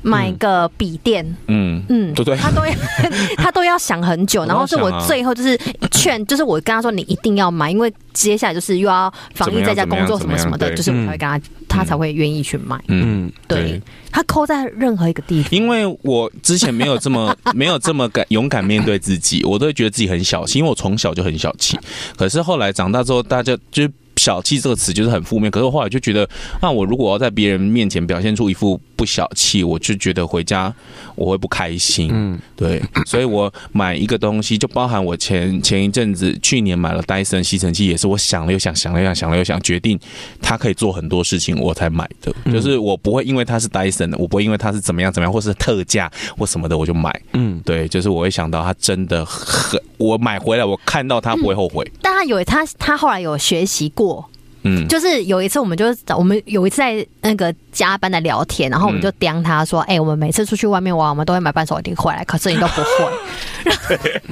Speaker 1: 买个笔电，
Speaker 3: 嗯
Speaker 1: 嗯，
Speaker 3: 对对
Speaker 1: 他都要 他都要想很久，然后是我
Speaker 3: 我都要想啊
Speaker 1: 最后就是劝，就是我跟他说你一定要买，因为接下来就是又要防疫在家
Speaker 3: 怎么
Speaker 1: 工
Speaker 3: 样
Speaker 1: 作什么什么的，就
Speaker 3: 怎
Speaker 1: 是我才
Speaker 2: 么样
Speaker 1: 会跟他，他才会愿意去买。
Speaker 3: 嗯，
Speaker 2: 嗯，
Speaker 1: 对
Speaker 3: 对
Speaker 1: 他抠在任何一个地方，
Speaker 3: 因为我之前没有这么 没有这么敢勇敢面对自己，我都会觉得自己很小气，因为我从小就很小气。可是后来长大之后，大家就是小气这个词就是很负面。可是我后来就觉得，那我如果要在别人面前表现出一副不小气，我就觉得回家我会不开心。
Speaker 2: 嗯
Speaker 3: 对，所以我买一个东西，就包含我前前一阵子去年买了戴森吸尘器，也是我想了又想，想了又想，想了又想，决定它可以做很多事情，我才买的。就是我不会因为它是戴森的，我不会因为它是怎么样怎么样，或是特价或什么的我就买。
Speaker 2: 嗯，
Speaker 3: 对，就是我会想到它真的很，我买回来我看到它不会后悔。
Speaker 1: 但他有他他后来有学习过，
Speaker 3: 嗯，
Speaker 1: 就是有一次，我们就是我们有一次在那个加班的聊天，然后我
Speaker 3: 嗯
Speaker 1: 们就刁他说：“哎、我们每次出去外面玩，我们都会买伴手礼回来，可是你都不会。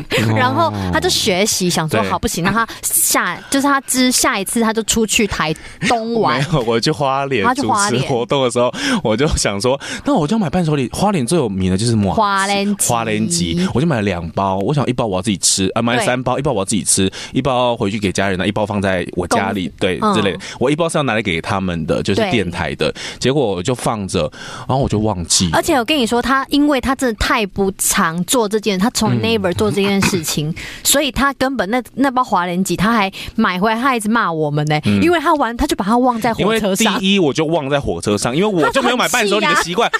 Speaker 1: 然后”
Speaker 3: 哦
Speaker 1: 然后他就学习，想说
Speaker 3: 对
Speaker 1: 好不行，那他下就是他之下一次他就出去台东
Speaker 3: 没
Speaker 1: 玩，
Speaker 3: 有，我去花莲
Speaker 1: 他去
Speaker 3: 主
Speaker 1: 花
Speaker 3: 持
Speaker 1: 莲
Speaker 3: 活动的时候，我就想说，那我就要买伴手礼。花莲最有名的就是什么啊
Speaker 1: 花莲吉
Speaker 3: 花莲吉，我就买了两包，我想一包我要自己吃，啊，买了
Speaker 1: 对
Speaker 3: 三包，一包我要自己吃，一包回去给家人的，一包放在我家里，对
Speaker 1: 嗯
Speaker 3: 之类的。我一包是要拿来给他们的，就是
Speaker 1: 对
Speaker 3: 电台的，结果我就放着，然后我就忘记了
Speaker 1: 而。且我跟你说，他因为他真的太不常做这
Speaker 3: 嗯
Speaker 1: 件，他从 never 做这件事情，所以他根本那那包华联吉他还买回来，他还一直骂我们呢、
Speaker 3: 嗯
Speaker 1: 因为他玩他就把它忘在火
Speaker 3: 因为
Speaker 1: 车
Speaker 3: 第
Speaker 1: 上。
Speaker 3: 一，我就忘在火车上，因为我就没有买伴手礼的习 惯。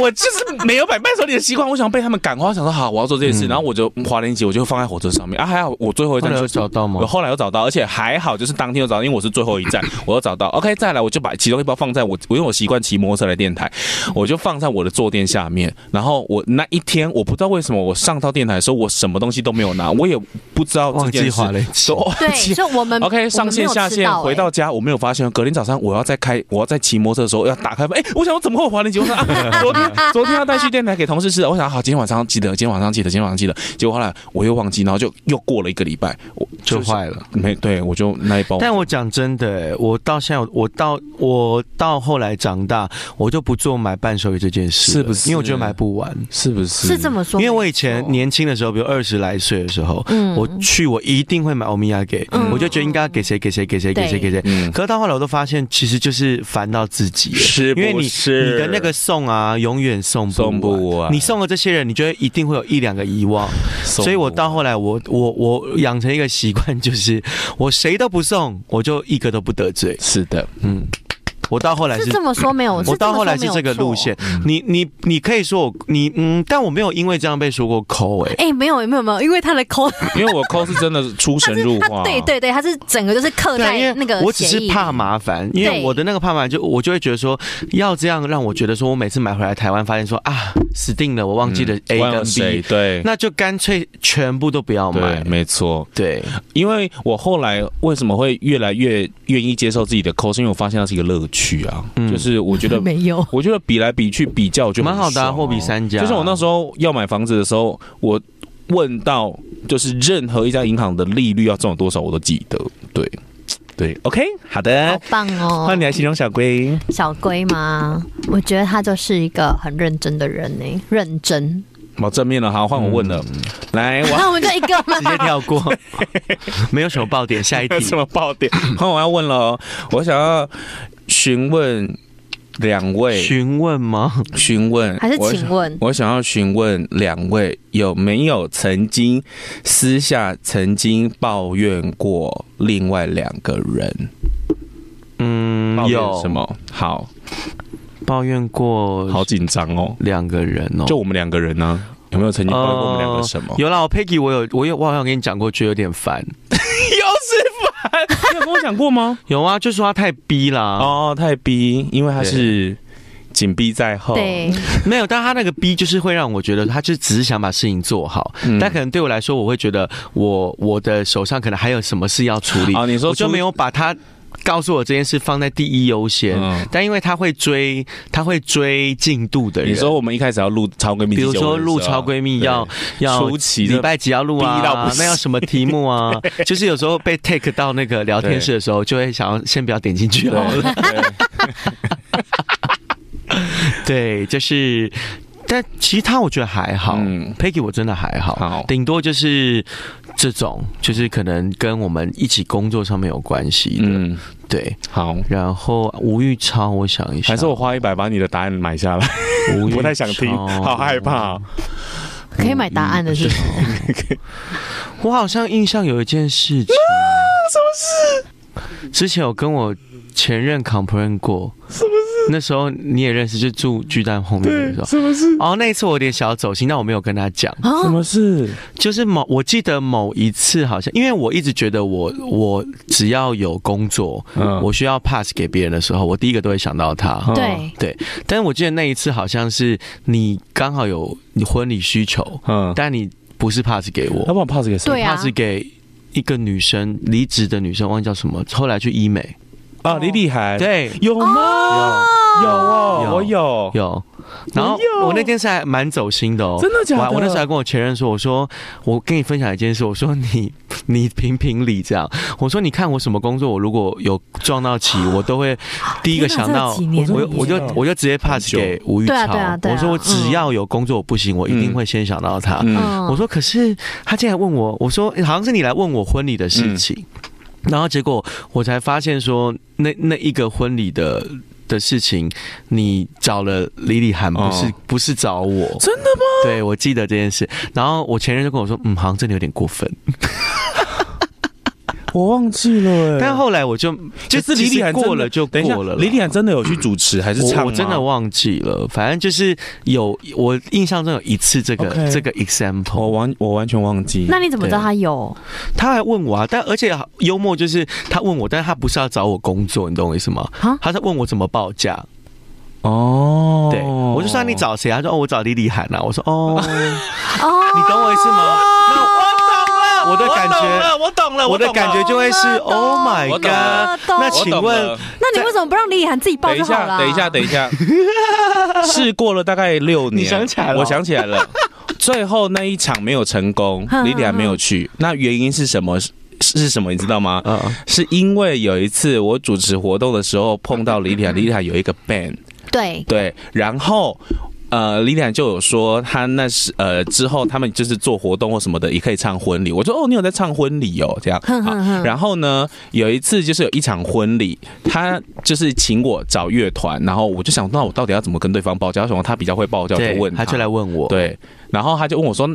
Speaker 3: 我就是没有买伴手礼的习惯，我想被他们赶快，我想说好，我要做这
Speaker 1: 嗯
Speaker 3: 件事，然后我就华联集，我就放在火车上面啊，还好我最后一站
Speaker 2: 后来有
Speaker 3: 就
Speaker 2: 找到吗
Speaker 3: 我后来有找到，而且还好就是当天有找到，因为我是最后一站，我有 找到。OK，再来我就把其中一包放在我，我因为我习惯骑摩托车来电台，我就放在我的坐垫下面。然后我那一天我不知道为什么我上到电台的时候，我什么东西都没有拿，我也不知道这
Speaker 2: 忘
Speaker 3: 件
Speaker 2: 记
Speaker 3: 事，
Speaker 2: 花了，
Speaker 3: 都忘 记
Speaker 1: 对，所以我们
Speaker 3: OK，
Speaker 1: 嗯我
Speaker 3: 上
Speaker 1: 们没
Speaker 3: 线
Speaker 1: 有
Speaker 3: 下
Speaker 1: 吃
Speaker 3: 线
Speaker 1: 到
Speaker 3: 回
Speaker 1: 欸
Speaker 3: 到家，我没有发现。隔天早上我要再开，我要再骑摩托车的时候要打开门，哎、我想我怎么会有华人节目？我说 啊昨天昨天要带去电台给同事吃的，我想好今天晚上记得，今天晚上记得，今天晚上记得。结果后来我又忘记，然后就又过了一个礼拜，我
Speaker 2: 就是坏了。
Speaker 3: 没对，我就那一包。
Speaker 2: 但我讲真的、欸我到现在，我到我到后来长大，我就不做买伴手礼这件事了，
Speaker 3: 是不是
Speaker 2: 因为我觉得买不完。
Speaker 3: 是不是
Speaker 1: 是这么说，
Speaker 2: 因为我以前
Speaker 1: 你
Speaker 2: 年轻的时候，比如二十来岁的时候，
Speaker 1: 嗯
Speaker 2: 我去我一定会买欧米亚给，
Speaker 1: 嗯
Speaker 2: 我就觉得应该要给谁给谁给谁给谁给谁。
Speaker 3: 嗯，
Speaker 2: 可是到后来我都发现，其实就是烦到自己了，
Speaker 3: 是不
Speaker 2: 因为你
Speaker 3: 是
Speaker 2: 你的那个送啊，永远送不完
Speaker 3: 送不完
Speaker 2: 你送了这些人，你觉得一定会有一两个遗忘，所以我到后来我，我我养成一个习惯，就是我谁都不送，我就一个都不得罪。
Speaker 3: 是的，
Speaker 2: 嗯，我到后来
Speaker 1: 是
Speaker 2: 是
Speaker 1: 这么说没有？
Speaker 2: 我到后来是
Speaker 1: 这么说没
Speaker 2: 这个
Speaker 1: 有错
Speaker 2: 路线。。你你你可以说我你嗯，但我没有因为这样被说过抠哎、欸
Speaker 1: 哎，没有没有没有，因为他的抠，，
Speaker 3: 因为我抠是真的出神入化
Speaker 1: 对对对，他是整个就是刻
Speaker 2: 对，啊
Speaker 1: 在
Speaker 2: 因
Speaker 1: 那
Speaker 2: 为
Speaker 1: 个
Speaker 2: 我只是
Speaker 1: 协议里
Speaker 2: 怕麻烦，因为
Speaker 1: 对
Speaker 2: 我的那个怕麻烦就我就会觉得说，要这样让我觉得说我每次买回来台湾，发现说啊死定了，我忘记了 A
Speaker 3: 嗯忘了
Speaker 2: 跟
Speaker 3: 谁
Speaker 2: B，、
Speaker 3: 对。
Speaker 2: 那就干脆全部都不要
Speaker 3: 对
Speaker 2: 买，。
Speaker 3: 没错。
Speaker 2: 对，
Speaker 3: 因为我后来为什么会越来越愿意接受自己的抠，是因为我发现它是一个乐趣啊，
Speaker 2: 嗯
Speaker 3: 就是我 觉得。
Speaker 1: 没有，
Speaker 3: 我觉得比来比去比较就
Speaker 2: 蛮好的、啊，货比三家。
Speaker 3: 就是我那时候要买房子的时候，我问到就是任何一家银行的利率要赚多少，我都记得。对，对，OK，好
Speaker 1: 好
Speaker 2: 哎
Speaker 3: 的，
Speaker 1: 棒哦
Speaker 3: 换，你来形容小龟。
Speaker 1: 小龟嘛，我觉得他就是一个很认真的人呢，认真。
Speaker 3: 好正面了，好，换我问了， 来，我
Speaker 1: 那我们就一个嘛
Speaker 2: 直，接跳过，啊 没有什么爆点。下 一
Speaker 3: 要
Speaker 2: 题
Speaker 3: 什，么爆点？换我要问了哦，我想要询问两位，
Speaker 2: 询问吗？
Speaker 3: 询问
Speaker 1: 还是
Speaker 3: 我
Speaker 1: 请问，
Speaker 3: 我想要询问两位有没有曾经私下曾经抱怨过另外两个人？
Speaker 2: 嗯，
Speaker 3: 抱怨
Speaker 2: 有
Speaker 3: 什么？好
Speaker 2: 抱怨过
Speaker 3: 好紧张哦！
Speaker 2: 两个人哦，
Speaker 3: 就我们两个人呢、有没有曾经抱怨过我们两个什么
Speaker 2: 呃？有啦，我 Peggy，我有，我有，我好像跟你讲过，觉得有点烦。
Speaker 3: 有是吧？你有跟我讲过吗？
Speaker 2: 有啊，就说他太逼啦。哦，
Speaker 3: 哦，太逼，因为他是紧逼在后。
Speaker 1: 对，
Speaker 2: 没有，但他那个逼就是会让我觉得，他就只是想把事情做好。
Speaker 3: 嗯
Speaker 2: 但可能对我来说，我会觉得我我的手上可能还有什么事要处理，
Speaker 3: 哦，你说
Speaker 2: 我就
Speaker 3: 出
Speaker 2: 没有把他告诉我这件事放在第一优先。
Speaker 3: 嗯
Speaker 2: 但因为他会追，他会追进度的人。
Speaker 3: 你说我们一开始要录超闺蜜，
Speaker 2: 比如说录超闺蜜要要
Speaker 3: 出奇
Speaker 2: 礼
Speaker 3: 的
Speaker 2: 拜几要录
Speaker 3: 逼到
Speaker 2: 啊
Speaker 3: 不，行
Speaker 2: 那要什么题目啊？ 就是有时候被 take 到那个聊天室的时哦候，就会想要先不要点进去
Speaker 3: 对
Speaker 2: 好了。
Speaker 3: 对
Speaker 2: 对，就是。但其他我觉得还 好、
Speaker 3: 嗯
Speaker 2: p e g g y 我真的还好，
Speaker 3: 好
Speaker 2: 顶多就是这种，就是可能跟我们一起工作上面有关系的，
Speaker 3: 嗯，
Speaker 2: 对。
Speaker 3: 好，
Speaker 2: 然后吴玉超，我想一下，
Speaker 3: 还是我花一百把你的答案买下来，
Speaker 2: 吴玉
Speaker 3: 不太想听，
Speaker 2: 超
Speaker 3: 好害怕哦。
Speaker 1: 可以买答案的
Speaker 2: 嗯
Speaker 1: 是不是
Speaker 2: 我好像印象有一件事情，什啊么事？之前有跟我前任 complain 过，什么事？那时候你也认识，就住巨蛋后面的时候。
Speaker 3: 什么事？
Speaker 2: 哦，那一次我有点小走心，但我没有跟他讲。
Speaker 3: 什
Speaker 1: 啊？
Speaker 3: 么事？
Speaker 2: 就是某，我记得某一次好像，因为我一直觉得我我只要有工作，
Speaker 3: 嗯
Speaker 2: 我需要 pass 给别人的时候，我第一个都会想到他。
Speaker 3: 嗯
Speaker 1: 对，
Speaker 2: 对，但是我记得那一次好像是你刚好有你婚礼需求，
Speaker 3: 嗯，
Speaker 2: 但你不是 pass 给我
Speaker 3: 要，不然 pass 给谁？
Speaker 1: 对啊
Speaker 2: 他是给一个女生离职的女生，忘记叫什么，后来去医美。
Speaker 3: 啊，李李海，，
Speaker 2: 对，
Speaker 3: 有吗？有哦，
Speaker 2: 有
Speaker 3: 我有，
Speaker 2: 有。然后
Speaker 3: 没有
Speaker 2: 我那件事还蛮走心的哦，
Speaker 3: 哎真的假的
Speaker 2: 我我那时候还跟我前任说，我说我跟你分享一件事，我说你 你评评理这样，我说你看我什么工作，我如果有撞到起，
Speaker 3: 啊
Speaker 2: 我都会第一个
Speaker 1: 天哪
Speaker 2: 想到
Speaker 1: 这几年
Speaker 2: 我
Speaker 1: 了
Speaker 2: 我就
Speaker 3: 耶
Speaker 2: 我就直接 pass
Speaker 3: 很久
Speaker 2: 给吴玉超，
Speaker 1: 对啊对啊对啊
Speaker 2: 我说我只要有工作我不行，我一定会先想到他。
Speaker 3: 嗯，
Speaker 1: 嗯
Speaker 2: 我说可是他竟然问我，我说好像是你来问我婚礼的事情，
Speaker 3: 嗯
Speaker 2: 然后结果我才发现说那那一个婚礼的。的事情，你找了李李涵，不是、
Speaker 3: 哦
Speaker 2: 不是找我，
Speaker 3: 真的吗？
Speaker 2: 对我记得这件事。然后我前任就跟我说，嗯，好像真的有点过分。
Speaker 3: 我忘记了，哎
Speaker 2: 但后来我就就
Speaker 3: 可是李
Speaker 2: 其实
Speaker 3: 李涵真的
Speaker 2: 过了就
Speaker 3: 等一下
Speaker 2: 过了啦，
Speaker 3: 李李涵真的有去主持还是唱吗
Speaker 2: 我我真的忘记了，反正就是有我印象中有一次这个
Speaker 3: OK
Speaker 2: 这个 example，
Speaker 3: 我完我完全忘记。
Speaker 1: 那你怎么知道他有？
Speaker 2: 他还问我啊，但而且幽默就是他问我，但是他不是要找我工作，你懂我意思吗
Speaker 1: 啊？
Speaker 2: 他在问我怎么报价，
Speaker 3: 哦，
Speaker 2: 对、我就说你找谁啊？他说哦，我找李李涵啊。我说哦，
Speaker 1: 哦，
Speaker 2: 你懂我意思吗？那我
Speaker 3: 我
Speaker 2: 的感觉，
Speaker 3: 哦我懂了
Speaker 2: 我的感觉就会是 Oh my
Speaker 3: 我
Speaker 2: God
Speaker 3: 懂了。
Speaker 1: 懂
Speaker 2: 那
Speaker 1: 我
Speaker 2: 请问，
Speaker 1: 那你为什么不让李涵自己报
Speaker 3: 等一
Speaker 1: 就好
Speaker 3: 下，
Speaker 1: 了？，
Speaker 3: 等一下，等一下，事过了大概六年，
Speaker 2: 你想起来了
Speaker 3: 我想起来了。最后那一场没有成功李李还没有去，那原因是什么？是是什么？你知道吗？
Speaker 2: 嗯，
Speaker 3: 是因为有一次我主持活动的时候碰到李李涵，李李涵有一个 band，
Speaker 1: 对，
Speaker 3: 对，然后。呃，李冉就有说，他那是呃之后他们就是做活动或什么的，也可以唱婚礼。我说哦，你有在唱婚礼哦，这样。
Speaker 1: 哼
Speaker 3: 好
Speaker 1: 哼哼
Speaker 3: 然后呢，有一次就是有一场婚礼，他就是请我找乐团，然后我就想，那我到底要怎么跟对方报价？什么他比较会报价，我
Speaker 2: 对
Speaker 3: 就问，
Speaker 2: 他就来问我，
Speaker 3: 对，然后他就问我说：“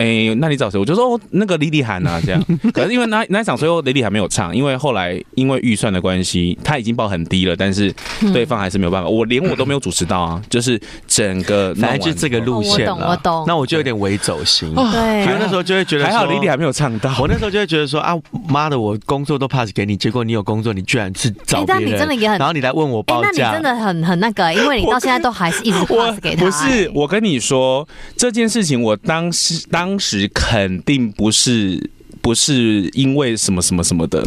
Speaker 3: 哎、那你找谁？”我就说：“哦，那个李李涵啊， 这样。”可是因为那那一场最后李李涵没有唱，因为后来因为预算的关系，他已经报很低了，但是对方还是没有办法。我连我都没有主持到啊，就是整个弄
Speaker 2: 反
Speaker 3: 完哦
Speaker 2: 正就这个路线
Speaker 1: 哦我懂我
Speaker 2: 了。
Speaker 1: 懂
Speaker 2: 那我就有点微走心，因
Speaker 1: 对哎
Speaker 2: 为那时候就会觉得
Speaker 3: 还好
Speaker 2: 说
Speaker 3: 李李还没有 唱到。
Speaker 2: 我那时候就会觉得说啊，妈的，我工作都 pass 给你，结果你有工作，你居然是找
Speaker 1: 哎
Speaker 2: 别
Speaker 1: 但
Speaker 2: 人，
Speaker 1: 你真的也很
Speaker 2: 然后你来问我
Speaker 1: 哎
Speaker 2: 报，
Speaker 1: 那你
Speaker 2: 价，
Speaker 1: 真的很很那个，因为你到现在都还是一直
Speaker 3: 我
Speaker 1: pass 给他。
Speaker 3: 不是
Speaker 1: 哎，
Speaker 3: 我跟你说这件事情，我当时当时肯定不是不是因为什么什么什么的，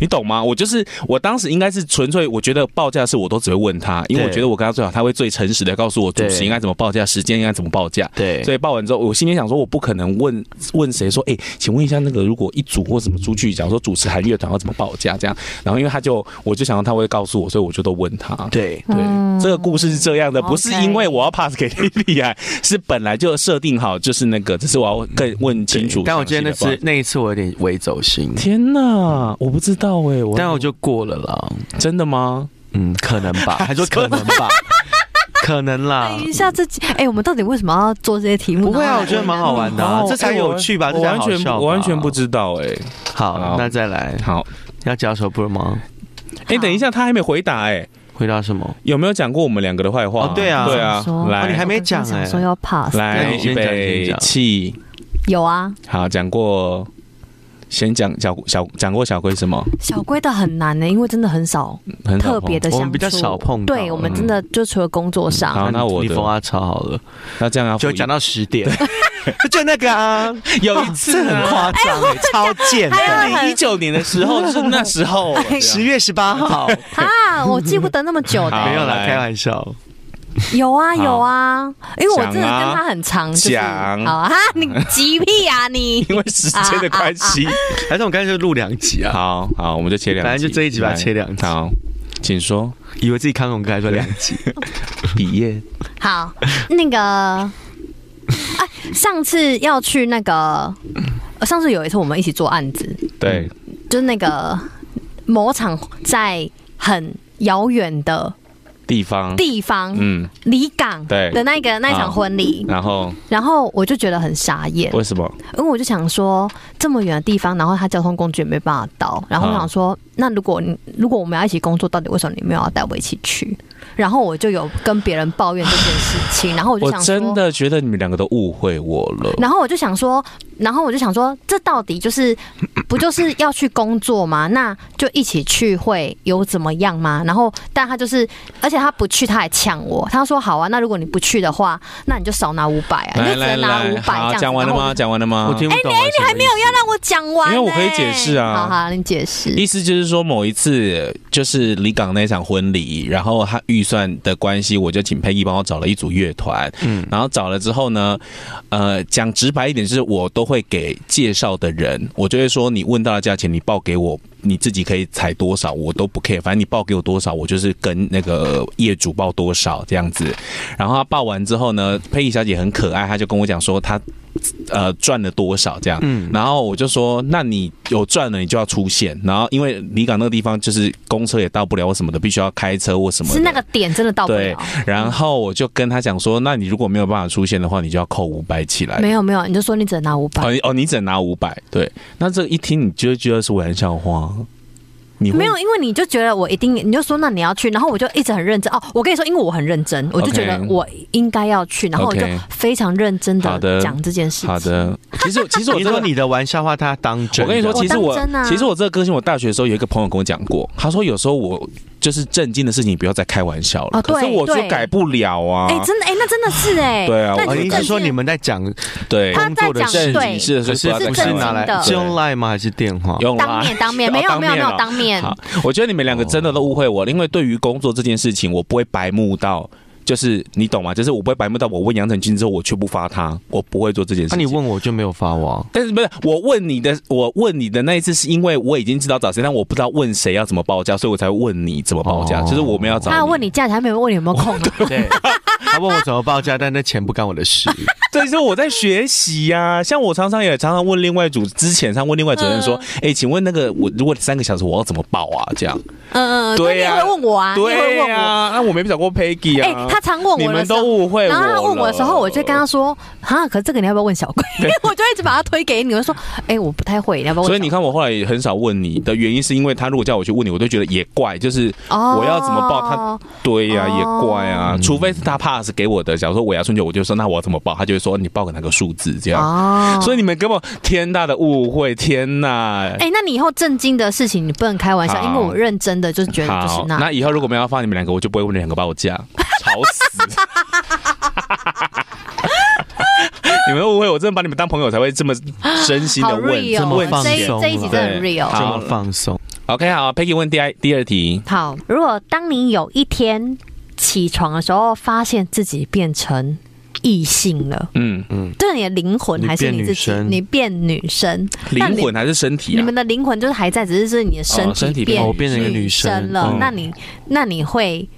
Speaker 3: 你懂吗？我就是我当时应该是纯粹，我觉得报价是我都只会问他，因为我
Speaker 2: 对
Speaker 3: 觉得我跟他最好，他会最诚实的告诉我主
Speaker 2: 对
Speaker 3: 持应该怎么报价，时间应该怎么报价。
Speaker 2: 对，
Speaker 3: 所以报完之后，我心里想说，我不可能问问谁说，哎、请问一下那个，如果一组或什么出去，假如说主持韩乐团要怎么报价这样，然后因为他就我就想到他会告诉我，所以我就都问他。
Speaker 2: 对
Speaker 3: 对，这个故事是这样的，
Speaker 1: 嗯 OK
Speaker 3: 不是因为我要 pass 给莉莉安， 是本来就设定好，就是那个，只是我要更问清楚。
Speaker 2: 但我觉得那
Speaker 3: 详
Speaker 2: 次
Speaker 3: 细的报
Speaker 2: 那一次我有点微走心，
Speaker 3: 天哪，我不知道哎、我
Speaker 2: 但我就过了啦，
Speaker 3: 真的吗？
Speaker 2: 嗯，可能 吧，还说可能吧，可能啦
Speaker 1: 等。一下自己，哎，我们到底为什么要做这些题目？
Speaker 2: 不会
Speaker 1: 然
Speaker 2: 啊，
Speaker 1: 后
Speaker 2: 我觉得蛮好玩的啊、
Speaker 3: 然后
Speaker 2: 这才有趣吧，
Speaker 3: 我
Speaker 2: 这才
Speaker 3: 完
Speaker 2: 好
Speaker 3: 全
Speaker 2: 笑吧
Speaker 3: 我完全不知道哎、
Speaker 2: 好
Speaker 3: 好。
Speaker 2: 那再来，
Speaker 3: 好，
Speaker 2: 要加首不吗？
Speaker 3: 哎、等一下，他还没回答哎、
Speaker 2: 回答什么？
Speaker 3: 有没有讲过我们两个的坏话、
Speaker 2: 哦对啊
Speaker 3: 对
Speaker 1: 想
Speaker 3: 啊
Speaker 1: 说，
Speaker 2: 哦你还
Speaker 3: 来
Speaker 2: 没
Speaker 1: 我刚刚
Speaker 2: 讲
Speaker 1: 想
Speaker 2: 哎
Speaker 1: 说要 pass，
Speaker 2: 那
Speaker 3: 来，
Speaker 2: 你先
Speaker 3: 预
Speaker 2: 讲先
Speaker 3: 备
Speaker 2: 讲
Speaker 3: 起，
Speaker 1: 有啊，
Speaker 3: 好，讲过，先讲小小讲过小龟什么？
Speaker 1: 小龟的很难呢，因为真的很少
Speaker 3: 很
Speaker 1: 特
Speaker 3: 少
Speaker 1: 别
Speaker 3: 碰嗯
Speaker 1: 的相
Speaker 2: 我们
Speaker 1: 处，
Speaker 2: 比较少碰到
Speaker 1: 对我们真的就除了工作上，
Speaker 3: 好，那我
Speaker 2: 你
Speaker 3: 的
Speaker 2: 封阿超好了，
Speaker 3: 那这样要
Speaker 2: 就
Speaker 3: 复议
Speaker 2: 讲到十点， 就那个啊，
Speaker 3: 有一次
Speaker 2: 这很夸张哎，超贱的，
Speaker 3: 二零一九年的时候是那时候，
Speaker 2: 哎十月十八号，
Speaker 1: 啊，我记不得那么久
Speaker 3: 好
Speaker 1: 的。
Speaker 2: 没有啦，
Speaker 3: 来
Speaker 2: 开玩笑。
Speaker 1: 有啊
Speaker 3: 好
Speaker 1: 有啊，因为我真的跟
Speaker 3: 讲啊
Speaker 1: 他很长，就是
Speaker 3: 讲
Speaker 1: 好啊，你急屁啊 你
Speaker 3: 因为时间的关系。
Speaker 2: 还是我们干脆就录两集啊？
Speaker 3: 好好，我们就切两集，
Speaker 2: 反正就这一集吧
Speaker 3: 来
Speaker 2: 切两集
Speaker 3: 好，请说。
Speaker 2: 以为自己康永哥还说两集，
Speaker 3: 毕业
Speaker 1: 好，那个，哎、上次要去那个，呃上次有一次我们一起做案子，
Speaker 3: 对，
Speaker 2: 嗯
Speaker 1: 就是那个
Speaker 3: 嗯
Speaker 1: 某场在很遥远的
Speaker 3: 地方，
Speaker 1: 地方，
Speaker 3: 嗯，
Speaker 1: 离港
Speaker 3: 对嗯
Speaker 1: 的那个那一场婚礼，
Speaker 3: 然后
Speaker 1: 然后我就觉得很傻眼，
Speaker 3: 为什么？
Speaker 1: 因为我就想说这么远的地方，然后他交通工具也没办法到，然后我想说，那如果你如果我们要一起工作，到底为什么你没有要带我一起去？然后我就有跟别人抱怨这件事情，然后我就
Speaker 3: 我
Speaker 1: 想说，
Speaker 3: 真的觉得你们两个都误会我了。
Speaker 1: 然后我就想说，然后我就想说，这到底就是不就是要去工作吗？那就一起去会有怎么样吗？然后，但他就是，而且他不去，他还呛我，他说：“好啊，那如果你不去的话，那你就少拿五百啊，你就
Speaker 3: 来
Speaker 1: 只
Speaker 3: 来
Speaker 1: 能拿五
Speaker 3: 来，
Speaker 1: 百
Speaker 3: 好，
Speaker 1: 这样子。”
Speaker 3: 讲完了
Speaker 1: 然后
Speaker 3: 吗？讲完了吗？
Speaker 2: 我听不懂。哎，你还没有
Speaker 1: 我就？要让我讲完、欸，
Speaker 3: 因为我可以解释啊
Speaker 1: 好好，你解释。
Speaker 3: 意思就是说，某一次就是李港那场婚礼，然后他预算的关系，我就请佩 e 帮我找了一组乐团，嗯，然后找了之后呢，呃，讲直白一点，就是我都会给介绍的人，我就会说，你问到的价钱，你报给我，你自己可以采多少，我都不 care，反正你报给我多少，我就是跟那个业主报多少这样子。然后他报完之后呢，佩仪小姐很可爱，她就跟我讲说她呃赚了多少这样，
Speaker 2: 嗯
Speaker 3: 然后我就说那你有赚了你就要出现，然后因为离港那个地方就是公车也到不了我什么的，必须要开车或什么的
Speaker 1: 是那个点真的到不
Speaker 3: 对
Speaker 1: 了，，
Speaker 3: 然后我就跟她讲说，那你如果没有办法出现的话，你就要扣五百起来。
Speaker 1: 没有没有，你就说你只能拿五百、
Speaker 3: 哦你哦，你只能拿五百，对，那这一听你就会觉得是玩笑话，你会
Speaker 1: 没有，因为你就觉得我一定，你就说那你要去，然后我就一直很认真哦。我跟你说，因为我很认真，我就觉得
Speaker 3: OK
Speaker 1: 我应该要去，然后我就
Speaker 3: OK
Speaker 1: 非常认真
Speaker 3: 好
Speaker 1: 的
Speaker 3: 的
Speaker 1: 讲这件事情。
Speaker 3: 好，的，其实其实我
Speaker 2: 你
Speaker 3: 真
Speaker 2: 说
Speaker 3: 的
Speaker 2: 你的玩笑话他当真
Speaker 3: 我
Speaker 2: 的？
Speaker 3: 跟你说，
Speaker 1: 我
Speaker 3: 其实我
Speaker 1: 当真啊
Speaker 3: 其实我这个个性，我大学的时候有一个朋友跟我讲过，他说有时候我就是震惊的事情，你不要再开玩笑了。
Speaker 1: 哦对
Speaker 3: 可是我就
Speaker 1: 对
Speaker 3: 改不了啊。
Speaker 1: 哎、真的，哎、那真的是哎、
Speaker 3: 对啊
Speaker 1: 那
Speaker 3: 我
Speaker 2: 哦，
Speaker 1: 就
Speaker 2: 你
Speaker 1: 真的
Speaker 2: 是说你们在讲
Speaker 3: 对，
Speaker 1: 他在讲
Speaker 3: 正
Speaker 1: 对
Speaker 3: 经，事的
Speaker 2: 可
Speaker 3: 时
Speaker 2: 是
Speaker 3: 候
Speaker 1: 是
Speaker 2: 不
Speaker 3: 不要
Speaker 2: 是
Speaker 3: 再开
Speaker 1: 正
Speaker 2: 拿
Speaker 3: 玩
Speaker 1: 经
Speaker 2: 来
Speaker 1: 的
Speaker 2: 是
Speaker 3: 笑
Speaker 2: 用 line 吗？还是电话？
Speaker 3: 用
Speaker 1: 当面
Speaker 3: 啦。
Speaker 1: 当面
Speaker 3: 哦
Speaker 1: 没有
Speaker 3: 当
Speaker 1: 没有没
Speaker 3: 面
Speaker 1: 有
Speaker 3: 哦
Speaker 1: 当面，
Speaker 3: 好，我觉得你们两个真的都误会我了，因为对于工作这件事情，我不会白目到。就是你懂吗？就是我不会白目到我问杨丞琳之后，我却不发他，我不会做这件事
Speaker 2: 那
Speaker 3: 情。
Speaker 2: 啊你问我就没有发 我啊。
Speaker 3: 但是不是我问你的？我问你的那一次是因为我已经知道找谁，但我不知道问谁要怎么报价，所以我才问你怎么报价。
Speaker 2: 哦
Speaker 3: 就是我们要找
Speaker 1: 他要问你价钱，他没有问你有没有 空、啊。
Speaker 2: 对，他问我怎么报价，但那钱不干我的事。
Speaker 3: 对，所以我在学习呀、像我常常也常常问另外一组，之前常问另外主任说：“哎、请问那个我如果三个小时我要怎么报啊？”这样，
Speaker 1: 嗯嗯，
Speaker 3: 对
Speaker 1: 你也
Speaker 3: 呀
Speaker 1: 会问我啊，你也会
Speaker 3: 对
Speaker 1: 问我。
Speaker 3: 啊，那我没找过 Peggy
Speaker 1: 哎、
Speaker 3: 啊。
Speaker 1: 他常问
Speaker 3: 你
Speaker 1: 我的
Speaker 3: 们
Speaker 1: 时
Speaker 3: 都
Speaker 1: 候。
Speaker 3: 误会我。
Speaker 1: 然后他问我的时候，我就跟他。说：“哈，可是这个你要不要问小龟？”因为 我就一直把他推给你，我就说：“哎、我不太会，你要不要问小龟？”
Speaker 3: 所以你看，我后来也很少问你的原因，是因为他如果叫我去问你，我都觉得也怪，就是
Speaker 1: 哦，
Speaker 3: 我要怎么报他对呀、
Speaker 1: 哦
Speaker 3: 也怪啊。除非是他 pass 给我的，假如说我要春酒，我就说那我要怎么报，他就会说你报个哪个数字这样。
Speaker 1: 哦，
Speaker 3: 所以你们根本天大的误会，天呐！
Speaker 1: 哎、那你以后震惊的事情你不能开玩笑，
Speaker 3: 好
Speaker 1: 因为我认真的就是觉得就是
Speaker 3: 好，
Speaker 1: 那。
Speaker 3: 以后如果没有要放你们两个，我就不会问你两个报价， 吵死！ 你们误会，我真的把你们当朋友才会这么真心的
Speaker 1: 好
Speaker 3: 问，
Speaker 1: real，
Speaker 3: 这么
Speaker 1: 哦
Speaker 3: 问
Speaker 2: 放
Speaker 1: 这一
Speaker 2: 松
Speaker 1: 这一集真的很
Speaker 3: 了
Speaker 1: real。
Speaker 3: 好
Speaker 2: 这么放松，
Speaker 3: OK，好，Peggy 问第二第二题，
Speaker 1: 好，如果当你有一天起床的时候，发现自己变成异性了，
Speaker 3: 嗯，
Speaker 1: 这是你的灵魂
Speaker 2: 你
Speaker 1: 还是
Speaker 2: 变
Speaker 1: 你
Speaker 2: 女
Speaker 1: 自己？
Speaker 2: 生
Speaker 1: 你变女生，
Speaker 3: 灵
Speaker 1: 那你
Speaker 3: 魂还是身体
Speaker 1: 你
Speaker 3: 啊？
Speaker 1: 们的灵魂就是还在，只是是你的身
Speaker 3: 哦身体
Speaker 1: 变
Speaker 3: 变
Speaker 2: 哦变成一个女生
Speaker 1: 生了。
Speaker 3: 嗯
Speaker 1: 那你那你会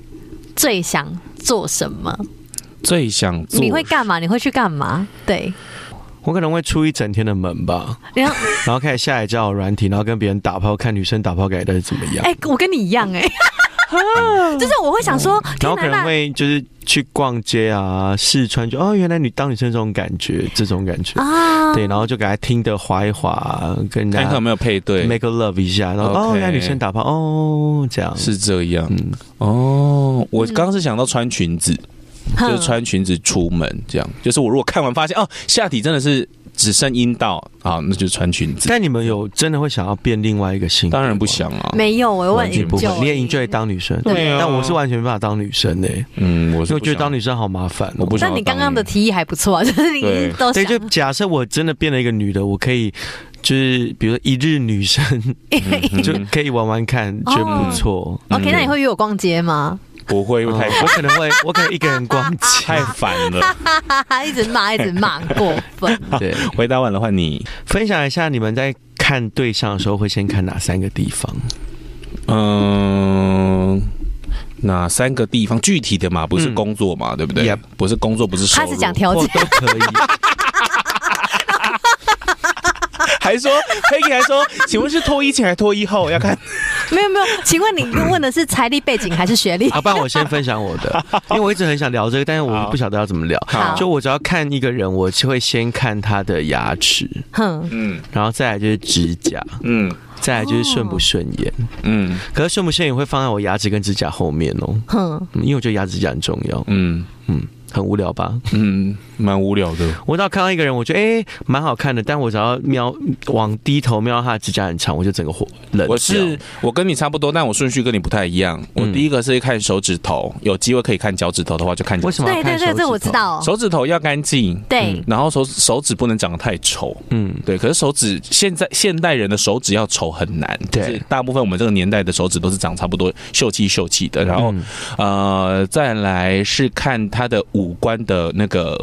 Speaker 1: 最想做什么？
Speaker 3: 最想做
Speaker 1: 你会干嘛？你会去干嘛？对，
Speaker 2: 我可能会出一整天的门吧，
Speaker 1: 然后
Speaker 2: 然后开始下载交友软体，然后跟别人打炮，看女生打炮给到底怎么样。
Speaker 1: 哎、我跟你一样 哎、 就是我会想说，
Speaker 2: 哦然
Speaker 1: 天
Speaker 2: 后
Speaker 1: 哪，
Speaker 2: 可能
Speaker 1: 那
Speaker 2: 会就是去逛街啊，试穿就哦，原来你当女生这种感觉，这种感觉。
Speaker 1: 啊，
Speaker 2: 对，然后就给他听的划一划，跟人
Speaker 3: 看看有
Speaker 2: 家
Speaker 3: 没有配对，
Speaker 2: make a love 一下，然后哦，
Speaker 3: OK
Speaker 2: 原来女生打炮哦，这样
Speaker 3: 是这样
Speaker 2: 嗯，
Speaker 3: 哦。我
Speaker 1: 嗯
Speaker 3: 刚刚是想到穿裙子，
Speaker 1: 哼
Speaker 3: 就是穿裙子出门这样。就是我如果看完发现哦，下体真的是只剩阴道啊，那就是穿裙子。
Speaker 2: 但你们有真的会想要变另外一个性？
Speaker 3: 当然不，想啊，
Speaker 1: 没有，我问
Speaker 2: 完全不会
Speaker 1: 就。。
Speaker 2: 你也 enjoy 当女生，
Speaker 1: 对啊
Speaker 2: 但我是完全没办法当女生的、欸，
Speaker 3: 嗯，我
Speaker 2: 因为
Speaker 3: 是
Speaker 2: 我觉得当
Speaker 3: 你，
Speaker 2: 女生好麻烦、哦
Speaker 3: 我不想
Speaker 1: 但
Speaker 3: 要
Speaker 1: 你
Speaker 3: 当
Speaker 1: 刚刚的提议还不错， 就是你
Speaker 3: 对
Speaker 1: 都
Speaker 2: 对，
Speaker 1: 想
Speaker 2: 就假设我真的变了一个女的，我可以就是比如说一日女生， 就可以玩玩看，觉得不错。哦
Speaker 1: OK，那你会约我逛街吗？
Speaker 3: 不会，因为太
Speaker 1: 哦
Speaker 2: 我可能会， 我可能一个人逛街。
Speaker 3: 太烦 了。
Speaker 1: 哈哈哈，一直骂，一直骂，过分。
Speaker 2: 对，
Speaker 3: 回答完了换你，
Speaker 2: 分享一下你们在看对象的时候会先看哪三个地方？
Speaker 3: 嗯，那三个地方具体的嘛，不是
Speaker 2: 嗯
Speaker 3: 工作嘛，对不对
Speaker 2: Yep
Speaker 3: 不是工作，不是收
Speaker 1: 他
Speaker 3: 入，
Speaker 1: 是讲条
Speaker 2: 我
Speaker 1: 件，
Speaker 2: 都可 以。
Speaker 3: 还说 Peggy 还说，请问是脱衣前还是脱衣后？要看
Speaker 1: 没有没有，请问你问的是财力背景还是学历？
Speaker 2: 啊，不然我先分享我 的，因为我一直很想聊这个，但是我
Speaker 3: 好
Speaker 2: 不晓得要怎么聊
Speaker 1: 好。
Speaker 2: 就我只要看一个人，我就会先看他的牙齿，
Speaker 1: 哼，
Speaker 3: 嗯
Speaker 2: 然后再来就是指甲，
Speaker 3: 嗯
Speaker 2: 再来就是顺不顺眼。
Speaker 3: 嗯
Speaker 2: 可是顺不顺眼会放在我牙齿跟指甲后面哦，
Speaker 1: 哼，
Speaker 2: 嗯因为我觉得牙齿指甲很重要。
Speaker 3: 嗯
Speaker 2: 嗯，很无聊吧？
Speaker 3: 嗯，蛮无聊的。
Speaker 2: 我只要看到一个人，我觉得哎蛮、好看的，但我只要瞄往低头瞄他的指甲很长，我就整个火冷掉。
Speaker 3: 我是我跟你差不多，但我顺序跟你不太一样。我第一个是看手指头，有机会可以看脚趾头的话，就看脚
Speaker 2: 为
Speaker 3: 趾
Speaker 2: 什么要
Speaker 1: 对
Speaker 2: 看
Speaker 1: 对
Speaker 2: 手
Speaker 1: 对，
Speaker 2: 指
Speaker 1: 这我知
Speaker 2: 头。
Speaker 1: 道，
Speaker 3: 手指头要干净，
Speaker 1: 对，
Speaker 3: 然后手手指不能长得太丑。
Speaker 2: 嗯，
Speaker 3: 对，可是手指现在现代人的手指要丑很难，
Speaker 2: 对
Speaker 3: 就是大部分我们这个年代的手指都是长差不多秀气秀气的，然后、
Speaker 2: 嗯
Speaker 3: 呃再来是看他的五官的那个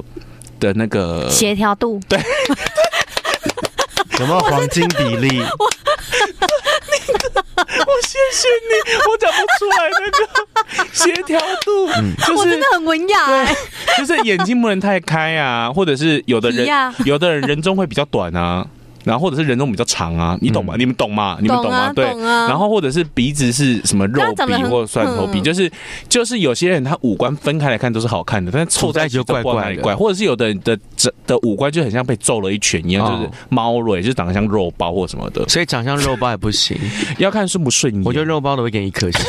Speaker 3: 的那个
Speaker 1: 协调度，
Speaker 2: 有 没有黄金比例？
Speaker 3: 我哦谢谢你，我讲不出来那个协调度，就
Speaker 1: 啊我真
Speaker 3: 是
Speaker 1: 的。很文雅欸，
Speaker 3: 就是眼睛不能太开啊，或者是有的人
Speaker 1: 皮啊，
Speaker 3: 有的人人中会比较短啊，然后或者是人中比较长啊，你懂吗？你们懂吗？你们懂吗？
Speaker 1: 啊
Speaker 3: 对，
Speaker 1: 懂啊，
Speaker 3: 然后或者是鼻子是什么肉
Speaker 1: 刚刚长得
Speaker 3: 鼻
Speaker 1: 很
Speaker 3: 或蒜头鼻，
Speaker 1: 嗯
Speaker 3: 就是就是有些人他五官分开来看都是好看的，但是凑在一起就不知道哪
Speaker 2: 凑在一起就怪怪
Speaker 3: 里
Speaker 2: 的
Speaker 3: 怪，或者是有的人的整的五官就很像被揍了一拳一样，
Speaker 2: 哦
Speaker 3: 就是猫蕊，就是长得像肉包或什么的，
Speaker 2: 所以长相肉包也不 行，
Speaker 3: 要看顺不顺眼。
Speaker 2: 我觉得肉包的会给你一颗星。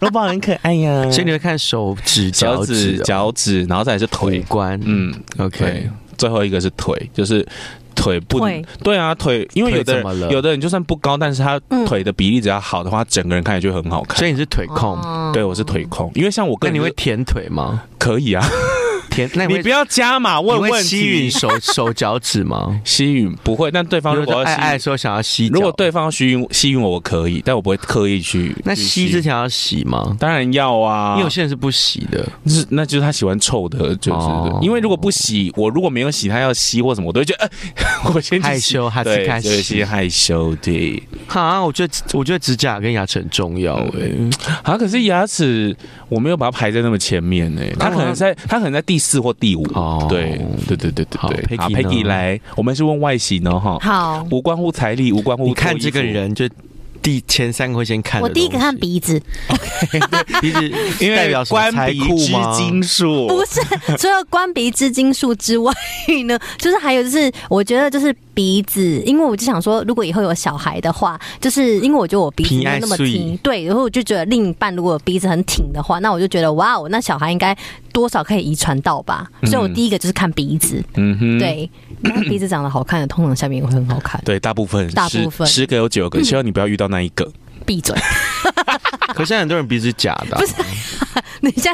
Speaker 3: 肉包很可爱呀
Speaker 2: 所以你会看手指、
Speaker 3: 脚
Speaker 2: 脚
Speaker 3: 趾
Speaker 2: 趾、
Speaker 3: 嗯脚趾，然后再来是
Speaker 2: 五
Speaker 3: 腿，
Speaker 2: 官。嗯
Speaker 3: 嗯，对
Speaker 2: ，OK，，
Speaker 3: 最后一个是腿，就是。腿不能
Speaker 1: 腿
Speaker 3: 对啊，腿因为有的
Speaker 2: 腿怎么
Speaker 3: 人
Speaker 2: 了
Speaker 3: 有的人就算不高，但是他
Speaker 1: 嗯
Speaker 3: 腿的比例只要好的话，整个人看起来就很好看。
Speaker 2: 所以你是腿控，
Speaker 1: 哦
Speaker 3: 对，我是腿控，因为像我
Speaker 2: 那
Speaker 3: 跟
Speaker 2: 你会舔腿吗？
Speaker 3: 可以啊，
Speaker 2: 舔？那
Speaker 3: 你不
Speaker 2: 要
Speaker 3: 要加码问问
Speaker 2: 吸吮
Speaker 3: 题。
Speaker 2: 手 手脚趾吗？
Speaker 3: 吸引不会，但对方
Speaker 2: 比
Speaker 3: 如
Speaker 2: 如
Speaker 3: 果
Speaker 2: 说爱
Speaker 3: 要吸
Speaker 2: 爱的
Speaker 3: 引，
Speaker 2: 时候想要吸脚，
Speaker 3: 如果对方吸引吸引我，我可以，但我不会刻意去。
Speaker 2: 那
Speaker 3: 去
Speaker 2: 吸之前要洗吗？
Speaker 3: 当然要啊
Speaker 2: 因为，有些人是不洗的，
Speaker 3: 就是那就是他喜欢臭的，就是、
Speaker 2: 哦
Speaker 3: 因为如果不洗，我如果没有洗，他要吸或什么，我都会觉得，呃、 我先去洗
Speaker 2: 害羞还是
Speaker 3: 对，
Speaker 2: 开
Speaker 3: 就是
Speaker 2: 始
Speaker 3: 先？害羞对。
Speaker 2: 哈，我觉得我觉得指甲跟牙齿很重要欸诶。
Speaker 3: 啊，可是牙齿我没有把它排在那么前面呢、他可能在他可能在第四或第五。
Speaker 2: 哦
Speaker 3: 对对对对
Speaker 2: 好
Speaker 3: 对对。
Speaker 2: Peggy 呢
Speaker 3: ，Peggy 来，我们是问外形哦哈，
Speaker 1: 好，
Speaker 3: 无关乎财力，无关乎
Speaker 2: 你看
Speaker 3: 脱衣
Speaker 2: 这个
Speaker 3: 服
Speaker 2: 人就第前三个会先看
Speaker 1: 我
Speaker 2: 的东西，
Speaker 1: 第一个看鼻子，
Speaker 2: 鼻子，
Speaker 3: 因为
Speaker 2: 代表什么
Speaker 3: 关
Speaker 2: 财
Speaker 3: 鼻
Speaker 2: 库
Speaker 3: 之
Speaker 2: 吗
Speaker 3: 金术，
Speaker 1: 不是， 除了关鼻之金术之外呢，就是还有就是，我觉得就是鼻子，因为我就想说，如果以后有小孩的话，就是因为我觉得我鼻子没有那么
Speaker 2: 平安
Speaker 1: 挺
Speaker 2: 碎，
Speaker 1: 对，然后我就觉得另一半如果鼻子很挺的话，那我就觉得哇哦，那小孩应该多少可以遗传到吧。所以我第一个就是看鼻子，
Speaker 3: 嗯哼，
Speaker 1: 对，然后鼻子长得好看的，通常下面也会很好 看。
Speaker 3: 对，大部分
Speaker 1: 大
Speaker 3: 十
Speaker 1: 部分
Speaker 3: 十个有九个，希望你不要遇到那一个。
Speaker 1: 闭嘴，
Speaker 2: 可现在很多人鼻子是假的啊
Speaker 1: 不，是，等一下，。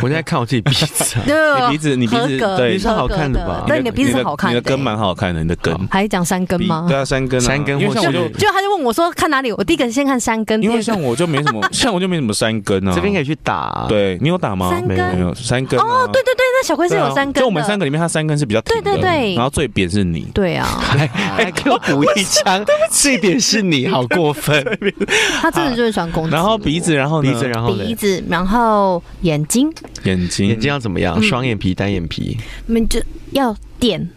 Speaker 2: 我现在看我自己鼻子 啊
Speaker 1: 对
Speaker 3: 你鼻子你鼻子
Speaker 1: 呃合格
Speaker 3: 对
Speaker 2: 你是好看的吧
Speaker 1: 合格对，你的鼻子是好看
Speaker 3: 你
Speaker 1: 的，欸
Speaker 3: 的根蛮好看的，你的根
Speaker 2: 好
Speaker 1: 还讲山根
Speaker 3: 鼻
Speaker 1: 吗
Speaker 3: 对？啊，山根啊，
Speaker 2: 山根
Speaker 3: 因为
Speaker 2: 或
Speaker 3: 像我就是
Speaker 1: 就他就问我说看哪里，我第一个先看山根，
Speaker 3: 因为
Speaker 1: 第二
Speaker 3: 像我就没什么，像我就没什么山根啊。
Speaker 2: 这边可以去打啊，
Speaker 3: 对你有打吗？
Speaker 1: 三根
Speaker 3: 没有没有山根哦
Speaker 1: 个对对对，那小龟是
Speaker 3: 对啊
Speaker 1: 有山根的，
Speaker 3: 就我们三个里面，他三根是比较挺的，
Speaker 1: 对对对
Speaker 3: 然后最扁是你。
Speaker 1: 对啊，
Speaker 2: 还还哎给我 补一枪，这一点是你好过分。
Speaker 1: 他真的就是喜欢 攻击
Speaker 3: 然后鼻子，然后呢
Speaker 2: 鼻子，然后
Speaker 1: 鼻
Speaker 2: 嘞，
Speaker 1: 子，然后眼睛，
Speaker 3: 眼睛，
Speaker 2: 眼睛要怎么
Speaker 3: 嗯
Speaker 2: 样？双眼皮、单眼皮，
Speaker 1: 我们就要点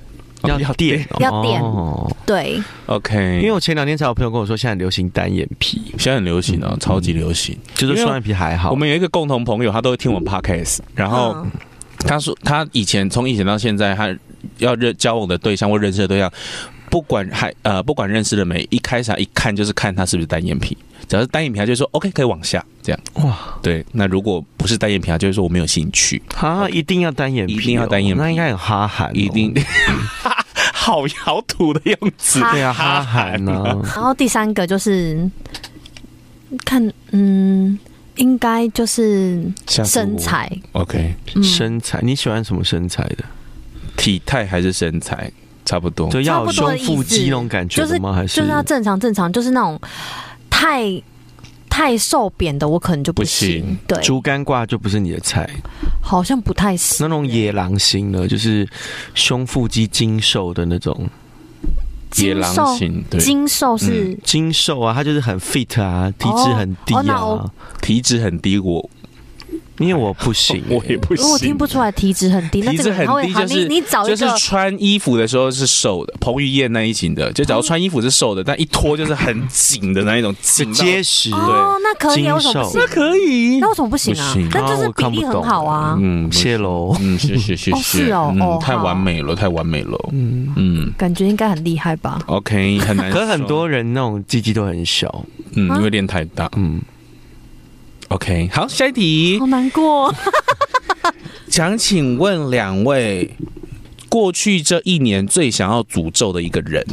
Speaker 3: 哦要
Speaker 2: 垫，
Speaker 1: 要垫
Speaker 2: 哦
Speaker 1: 对，
Speaker 3: OK，
Speaker 2: 因
Speaker 3: 因
Speaker 2: 为
Speaker 3: 为
Speaker 2: 我前两天才有朋友跟我说，现在流行单眼皮，
Speaker 3: 现在很流行啊，超级流行。
Speaker 2: 就是双眼皮还嗯好。嗯
Speaker 3: 我们有一个共同朋友，他都会听我们 podcast，然后
Speaker 1: 嗯
Speaker 3: 他说他以前从以前到现在，他要认交往的对象或认识的对象，不管还呃不管认识了没，一开始他一看就是看他是不是单眼皮，只要是单眼皮，他就说 OK 可以往下这样。
Speaker 2: 哇，
Speaker 3: 对，那如果不是单眼皮，他就会说我没有兴趣，
Speaker 2: 啊，一定要单眼皮哦，
Speaker 3: 一定要单眼皮
Speaker 2: 那应该很哈韩哦，
Speaker 3: 一定。嗯 好好土的样子，
Speaker 1: 嗯哈
Speaker 2: 对 啊，哈韩啊呢？
Speaker 1: 然后第三个就是看，嗯，应该就是
Speaker 3: 吓死我
Speaker 1: 身材，
Speaker 3: OK，
Speaker 1: 嗯，
Speaker 2: 身材，你喜欢什么身材的？
Speaker 3: 体态还是身材差不多。
Speaker 2: 就要有
Speaker 1: 差不多
Speaker 2: 胸
Speaker 1: 的
Speaker 2: 腹
Speaker 1: 意
Speaker 2: 肌
Speaker 1: 思
Speaker 2: 那种感觉
Speaker 1: 就是
Speaker 2: 的吗？还
Speaker 1: 就是要正常正常，就是那种太太瘦扁的，我可能就不
Speaker 3: 不行
Speaker 1: 行，对，
Speaker 2: 竹竿挂就不是你的菜？
Speaker 1: 好像不太行，
Speaker 2: 那种野狼型的，就是胸腹肌精瘦的那种，
Speaker 3: 野
Speaker 1: 精
Speaker 3: 狼
Speaker 1: 瘦，
Speaker 3: 型，对，
Speaker 1: 精瘦是
Speaker 2: 精瘦啊，他就是很 fit 啊，体脂很低
Speaker 1: 哦那
Speaker 2: 啊。
Speaker 1: 我
Speaker 3: 体脂很低，我，
Speaker 2: 因为哦我不行
Speaker 3: 我也不
Speaker 1: 如果
Speaker 3: 行
Speaker 1: 听不。出来体脂很低，那
Speaker 3: 体
Speaker 1: 这
Speaker 3: 脂
Speaker 1: 个人
Speaker 3: 很
Speaker 1: 他会
Speaker 3: 低，
Speaker 1: 好，
Speaker 3: 就是
Speaker 1: 你你找一
Speaker 3: 就是
Speaker 1: 个
Speaker 3: 穿衣服的时候是瘦的，彭于晏那一型的，就假如穿衣服是瘦的，但一脱就是很紧的那一种，紧到
Speaker 2: 结实。
Speaker 1: 哦，那可以啊，为什么不
Speaker 2: 精
Speaker 1: 行？
Speaker 3: 可以
Speaker 1: 那为什么不行啊
Speaker 3: 不行？
Speaker 1: 那就是
Speaker 2: 啊我
Speaker 1: 比
Speaker 2: 看不
Speaker 1: 例
Speaker 2: 懂
Speaker 1: 很好啊。
Speaker 3: 嗯，不
Speaker 2: 谢喽。
Speaker 3: 嗯，谢谢谢
Speaker 1: 哦
Speaker 3: 谢，
Speaker 1: 是哦哦
Speaker 3: 嗯，太
Speaker 1: 好
Speaker 3: 完美了，太完美了，
Speaker 2: 嗯，
Speaker 3: 嗯
Speaker 1: 感觉应该很厉害吧？
Speaker 3: ，OK，很 难，
Speaker 2: 可是很，多人那种鸡鸡都很小，
Speaker 3: 嗯，
Speaker 1: 啊
Speaker 3: 因为练太大
Speaker 2: 嗯，
Speaker 3: ，OK，好，下一题
Speaker 1: 嗯好，难过。。
Speaker 3: 想请问两位，过去这一年最想要诅咒的一个人，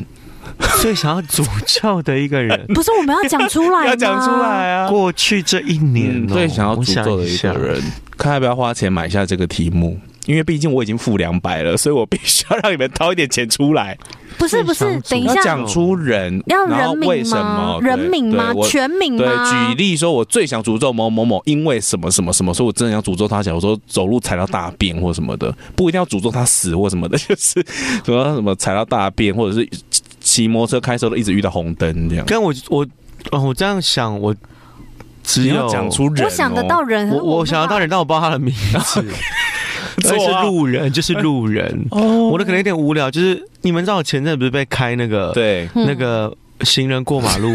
Speaker 2: 最想要诅咒的一个 人
Speaker 1: 不是我们要讲出来，
Speaker 3: 要讲出来。啊，
Speaker 2: 过去这一年、
Speaker 3: 嗯，
Speaker 2: 哦
Speaker 3: 最想要
Speaker 2: 我
Speaker 3: 诅咒的
Speaker 2: 一
Speaker 3: 一
Speaker 2: 下
Speaker 3: 个人，看要不要花钱买下这个题目。因为毕竟我已经付两百了，所以我必须要让你们掏一点钱出来。
Speaker 1: 不是不是，等一
Speaker 3: 要
Speaker 1: 下
Speaker 3: 讲出人，
Speaker 1: 要
Speaker 3: 然
Speaker 1: 人
Speaker 3: 后为
Speaker 1: 名
Speaker 3: 什么
Speaker 1: 吗？？人
Speaker 3: 对
Speaker 1: 名
Speaker 3: 对
Speaker 1: 吗？
Speaker 3: 我
Speaker 1: 全名
Speaker 3: 对，
Speaker 1: 吗
Speaker 3: 举？例说，我最想诅咒某某某，因为什么什么什么，所以我真的要诅咒他。假如说走路踩到大便或什么的，不一定要诅咒他死或什么的，就是什么什么踩到大便，或者是骑骑摩托车开车都一直遇到红灯这样。
Speaker 2: 跟我我哦，我这样想，我只
Speaker 3: 你
Speaker 2: 有
Speaker 3: 要讲出人、哦，
Speaker 1: 我想得到人，可
Speaker 2: 我
Speaker 1: 是
Speaker 2: 我想要
Speaker 1: 不知道
Speaker 2: 当人，但我不知道他的名 字，所以
Speaker 3: 错啊
Speaker 2: 是路 人，就是路人。
Speaker 3: 哦
Speaker 2: 我的可能有点无聊，就是你们知道我前阵子不是被开那个
Speaker 3: 对
Speaker 1: 嗯
Speaker 2: 那个行人过 马路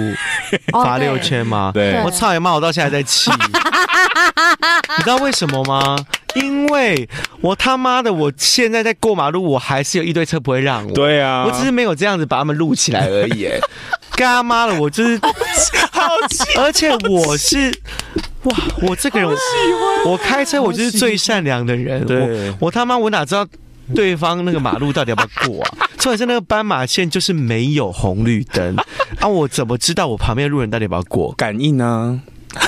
Speaker 1: 哦
Speaker 2: 罚
Speaker 1: 对
Speaker 2: 六千吗？
Speaker 3: 对
Speaker 2: 我操你妈！我到现在还在气，你知道为什么吗？因为我他妈的，我现在在过马路，我还是有一堆车不会让我。
Speaker 3: 对啊，
Speaker 2: 我只是没有这样子把他们录起来而已。哎干他妈的，我就是，而且我是，哇，我这个人，我我开车我就是最善良的人。
Speaker 3: 对
Speaker 2: 我我他妈我哪知道对方那个马路到底要不要过啊？重点是那个斑马线就是没有红绿灯啊，我怎么知道我旁边的路人到底要不要过？
Speaker 3: 感应啊，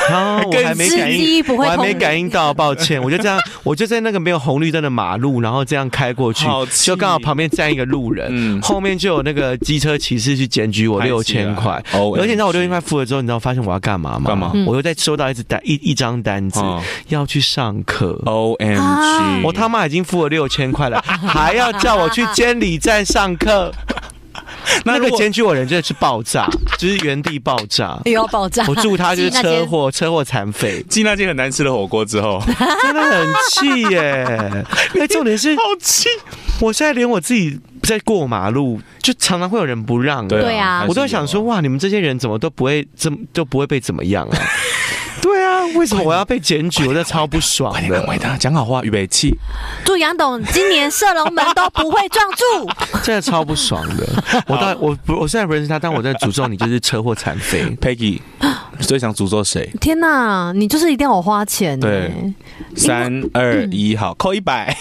Speaker 2: 啊，我还没
Speaker 1: 司
Speaker 2: 感应。
Speaker 1: 机不
Speaker 2: 我
Speaker 1: 会
Speaker 2: 还没
Speaker 1: 通
Speaker 2: 感应到，抱歉，我就 这样，我就在那个没有红绿灯的马路，然后这样开过去
Speaker 3: 好，气
Speaker 2: 就刚好旁边站一个路人，
Speaker 3: 嗯，
Speaker 2: 后面就有那个机车骑士去检举我六千块。
Speaker 3: 哦，
Speaker 2: 而且你知道我六千块付了之后，你知道发现我要干嘛吗？
Speaker 3: 干嘛哦
Speaker 1: 嗯
Speaker 2: 我又再收到一次单一一张单子，要去上课。
Speaker 3: ，O M
Speaker 1: 啊
Speaker 3: G，
Speaker 2: 我他妈已经付了六千块了，还要叫我去监理站上 课。那个
Speaker 3: 如果哎
Speaker 2: 检举我人真的是爆炸，就是原地爆炸。
Speaker 1: 又要爆炸。
Speaker 2: 我祝他就是
Speaker 1: 记那间
Speaker 2: 车祸，车祸残废，
Speaker 3: 进那间很难吃的火锅之后，好
Speaker 2: 真的很气耶！ 因为重点
Speaker 3: 哦
Speaker 2: 是，
Speaker 3: 气，
Speaker 2: 我现在连我自己在过马路，就常常会有人不让。
Speaker 1: 对啊
Speaker 3: 还是
Speaker 2: 我都在想说，
Speaker 3: 有
Speaker 2: 哇，你们这些人怎么都不会这么都不会被怎么样 啊？对啊，为什么我要被检举？我真的超不爽
Speaker 3: 快点赶快
Speaker 2: 的，
Speaker 3: 的，讲好话，预备起。
Speaker 1: 祝杨董今年射龙门都不会撞柱。
Speaker 2: 真的超不爽 的。我到我不我虽然不认识他，但我在诅咒你就是车祸残废。
Speaker 3: Peggy 最想诅咒谁？
Speaker 1: 天哪，你就是一定要我花钱呢、
Speaker 3: 对三二一，好，扣一百。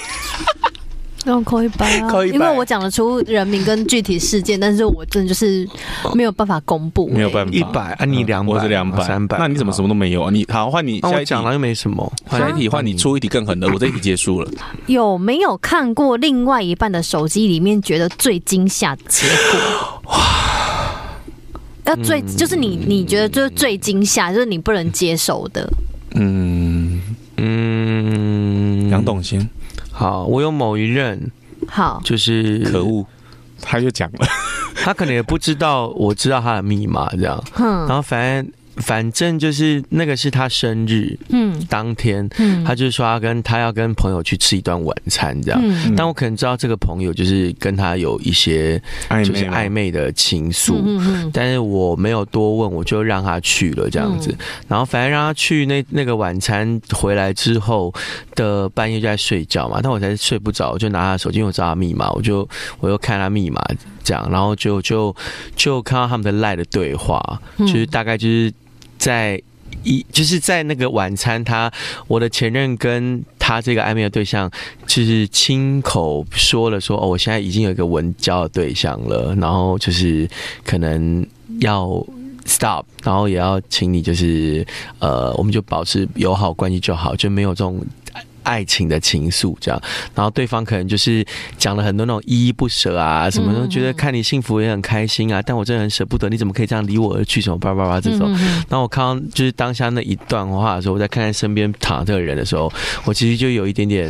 Speaker 1: 让我扣一百啊！
Speaker 3: 扣一百
Speaker 1: 因为我讲得出人名跟具体事件，但是我真的就是没有办法公布、
Speaker 3: 没有办法，
Speaker 2: 一百啊你200
Speaker 3: 嗯我是两百，
Speaker 2: 300
Speaker 3: 那你怎么什么都没有啊？你好，换你
Speaker 2: 哦那
Speaker 3: 下
Speaker 2: 我
Speaker 3: 一题
Speaker 2: 讲，了又没什么，
Speaker 3: 下一题换你出一题更狠的，我这一题结束了。
Speaker 1: 有没有看过另外一半的手机里面觉得最惊吓的结果？要最
Speaker 2: 嗯
Speaker 1: 就是你，你觉得就是最惊吓，就是你不能接受的。
Speaker 3: 嗯，
Speaker 2: 嗯，
Speaker 3: 杨董先，
Speaker 2: 好，我有某一任
Speaker 1: 好，
Speaker 2: 就是
Speaker 3: 可，恶，嗯他就讲 了，
Speaker 2: 他可能也不知道我知道他的密码这样，然
Speaker 1: 哼，
Speaker 2: 后反正反正就是那个是他生日
Speaker 1: 嗯
Speaker 2: 当天，
Speaker 1: 嗯，
Speaker 2: 他就说他跟他要跟朋友去吃一顿晚餐这样。
Speaker 1: 嗯
Speaker 2: 但我可能知道这个朋友就是跟他有一些
Speaker 3: 暧
Speaker 2: 就是
Speaker 3: 昧吗
Speaker 2: 暧，昧的情愫，
Speaker 1: 嗯嗯
Speaker 2: 但是我没有多问，我就让他去了这样子。
Speaker 1: 嗯
Speaker 2: 然后反正让他去那那个晚餐回来之后的半夜就在睡觉嘛，但我才睡不着，我就拿他的手机，因为我知道他密码，我就我又看他密码这样，然后就就就看到他们的赖的对话，
Speaker 1: 嗯
Speaker 2: 就是大概就是在。一就是在那个晚餐，他我的前任跟他这个暧昧的对象，就是亲口说了说哦，我现在已经有一个文交的对象了，然后就是可能要 stop，然后也要请你就是呃，我们就保持友好关系就好，就没有这种爱情的情愫这样。然后对方可能就是讲了很多那种依依不舍啊，什么都
Speaker 3: 嗯
Speaker 2: 觉得看你幸福也很开心啊，但我真的很舍不得，你怎么可以这样离我而去？什么叭叭叭
Speaker 3: 嗯
Speaker 2: 这种。
Speaker 1: 嗯
Speaker 2: 然后我看到就是当下那一段话的时候，我在看看身边躺这个人的时候，我其实就有一点点，